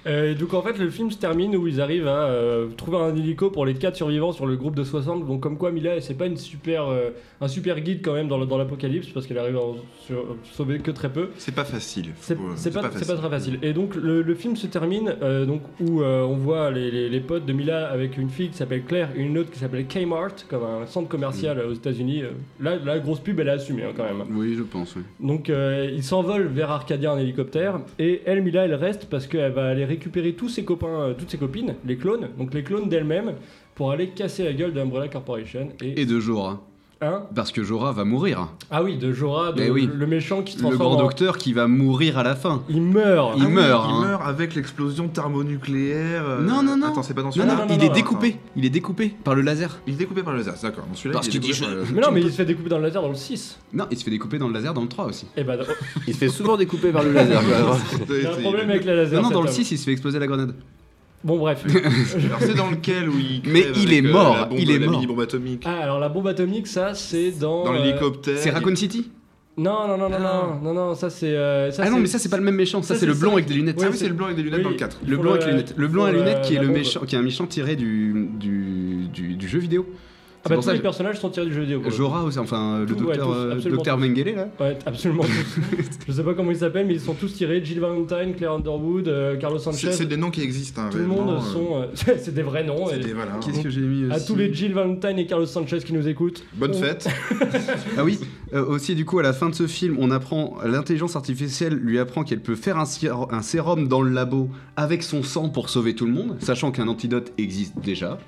S4: Euh, et donc en fait le film se termine où ils arrivent à euh, trouver un hélico pour les 4 survivants sur le groupe de 60 donc comme quoi Mila c'est pas une super euh, un super guide quand même dans le- dans l'apocalypse parce qu'elle arrive à en sur- sauver que très peu
S10: C'est pas facile.
S4: C'est
S10: Faut-
S4: c'est pas, c'est pas très facile. Et donc le, le film se termine euh, donc où euh, on voit les, les- les potes de Mila avec une fille qui s'appelle Claire et une autre qui s'appelle Kmart, comme un centre commercial euh, aux États-Unis. Euh, Là, la grosse pub, elle a assumé hein, quand même.
S8: Oui, je pense. oui.
S4: Donc euh, ils s'envolent vers Arcadia en hélicoptère et elle, Mila, elle reste parce qu'elle va aller récupérer tous ses copains, euh, toutes ses copines, les clones, donc les clones d'elle-même, pour aller casser la gueule d'Umbrella Corporation et,
S8: Et de Jorah.
S4: Hein
S8: Parce que Jorah va mourir.
S4: ah oui de Jorah, de-
S8: Eh oui.
S4: le méchant qui se
S8: Le
S4: transforme.
S8: grand
S4: en-
S8: docteur qui va mourir à la fin.
S4: Il meurt.
S8: Il
S10: Ah oui,
S8: meurt, hein.
S10: Il meurt avec l'explosion thermonucléaire. euh,
S8: Non, non, non.
S10: Attends, c'est pas dans
S8: Non,
S10: celui-là.
S8: non, il est découpé. Il est découpé par le laser.
S10: Il est découpé par le laser, d'accord. Dans celui-là,
S8: Parce
S10: il est
S8: qu'il dit
S10: découpé par le laser.
S4: Mais non, mais il se fait découper dans le laser dans le 6.
S8: Non, il se fait découper dans le laser dans le 3 aussi.
S4: Et bah, dans-
S9: Il se fait souvent découper par le laser. hein. quoi.
S4: Il y a un problème avec la laser.
S8: Non, non, dans le
S4: cet homme.
S8: 6, il se fait exploser la grenade.
S4: Bon, bref.
S10: Alors, c'est dans lequel où il.
S8: Mais
S10: crève
S8: il
S10: avec,
S8: est
S10: euh,
S8: mort,
S10: la bombe-
S8: il est
S10: la
S8: mort.
S10: mini-bombe atomique.
S4: Ah, alors la bombe atomique, ça, c'est dans.
S10: Dans
S4: euh,
S10: l'hélicoptère.
S8: C'est
S10: il-
S8: Raccoon City
S4: Non, non, non, non,
S10: Ah.
S4: non, non, non, ça, c'est. euh,
S8: Ah non, mais ça, c'est pas le même méchant. Ça,
S4: ça,
S8: c'est le
S4: c'est
S8: blanc
S4: ça.
S8: avec des lunettes.
S4: Ouais,
S10: Ah oui, c'est le blanc avec des lunettes
S4: oui.
S10: dans le 4.
S8: Le
S4: Faut
S8: blanc avec
S4: le-
S8: les lunettes. Le blanc
S4: faut
S8: à lunettes qui est,
S4: la
S8: le
S4: bombe.
S8: méchant, qui est un méchant tiré du, du, du, du jeu vidéo.
S4: Ah,
S8: C'est
S4: bah,
S8: pour
S4: tous
S8: ça
S4: les
S8: que-
S4: personnages sont tirés du jeu vidéo. quoi.
S8: Euh, Jorah aussi, enfin le
S4: Tout, ouais,
S8: docteur,
S4: tous,
S8: euh,
S4: absolument
S8: docteur
S4: tous.
S8: Mengele là.
S4: Ouais, absolument tous.
S8: [LAUGHS]
S4: Je sais pas comment ils s'appellent, mais ils sont tous tirés. Jill Valentine, Claire Underwood, euh, Carlos
S10: C'est c'est
S4: Sanchez.
S10: des noms qui existent. hein,
S4: Tout le
S10: réellement,
S4: monde
S10: euh,
S4: sont. euh, [LAUGHS] c'est des vrais noms.
S10: c'est
S4: et-
S10: des- voilà, hein.
S8: Qu'est-ce que j'ai mis
S4: À
S8: aussi
S4: tous les Jill Valentine et Carlos Sanchez qui nous écoutent.
S10: Bonne
S4: on-
S10: fête.
S8: Ah oui, euh, aussi du coup à la fin de ce film, on apprend l'intelligence artificielle lui apprend qu'elle peut faire un, sér- un sérum dans le labo avec son sang pour sauver tout le monde, sachant qu'un antidote existe déjà.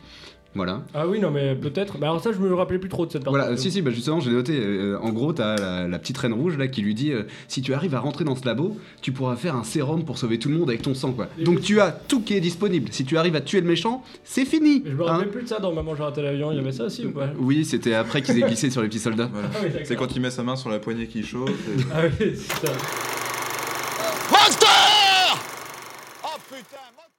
S8: Voilà.
S4: Ah oui, non, mais peut-être. Bah, alors, ça, je me rappelais plus trop de cette partie.
S8: Voilà, euh, si, si, bah justement, j'ai noté. euh, en gros, t'as la, la petite reine rouge là qui lui dit euh, si tu arrives à rentrer dans ce labo, tu pourras faire un sérum pour sauver tout le monde avec ton sang, quoi. Donc tu as tout qui est disponible. Si tu arrives à tuer le méchant, c'est fini.
S4: Mais Je me
S8: hein.
S4: rappelais plus de ça dans Maman, j'ai raté l'avion. Il y avait ça aussi ou pas
S8: Oui, c'était après qu'ils aient glissé sur les petits soldats.
S10: Voilà.
S4: Ah oui, d'accord.
S10: C'est quand il met sa main sur la poignée qui chauffe. et-
S4: Ah [LAUGHS] oui, c'est ça.
S1: Monster Oh putain, Monster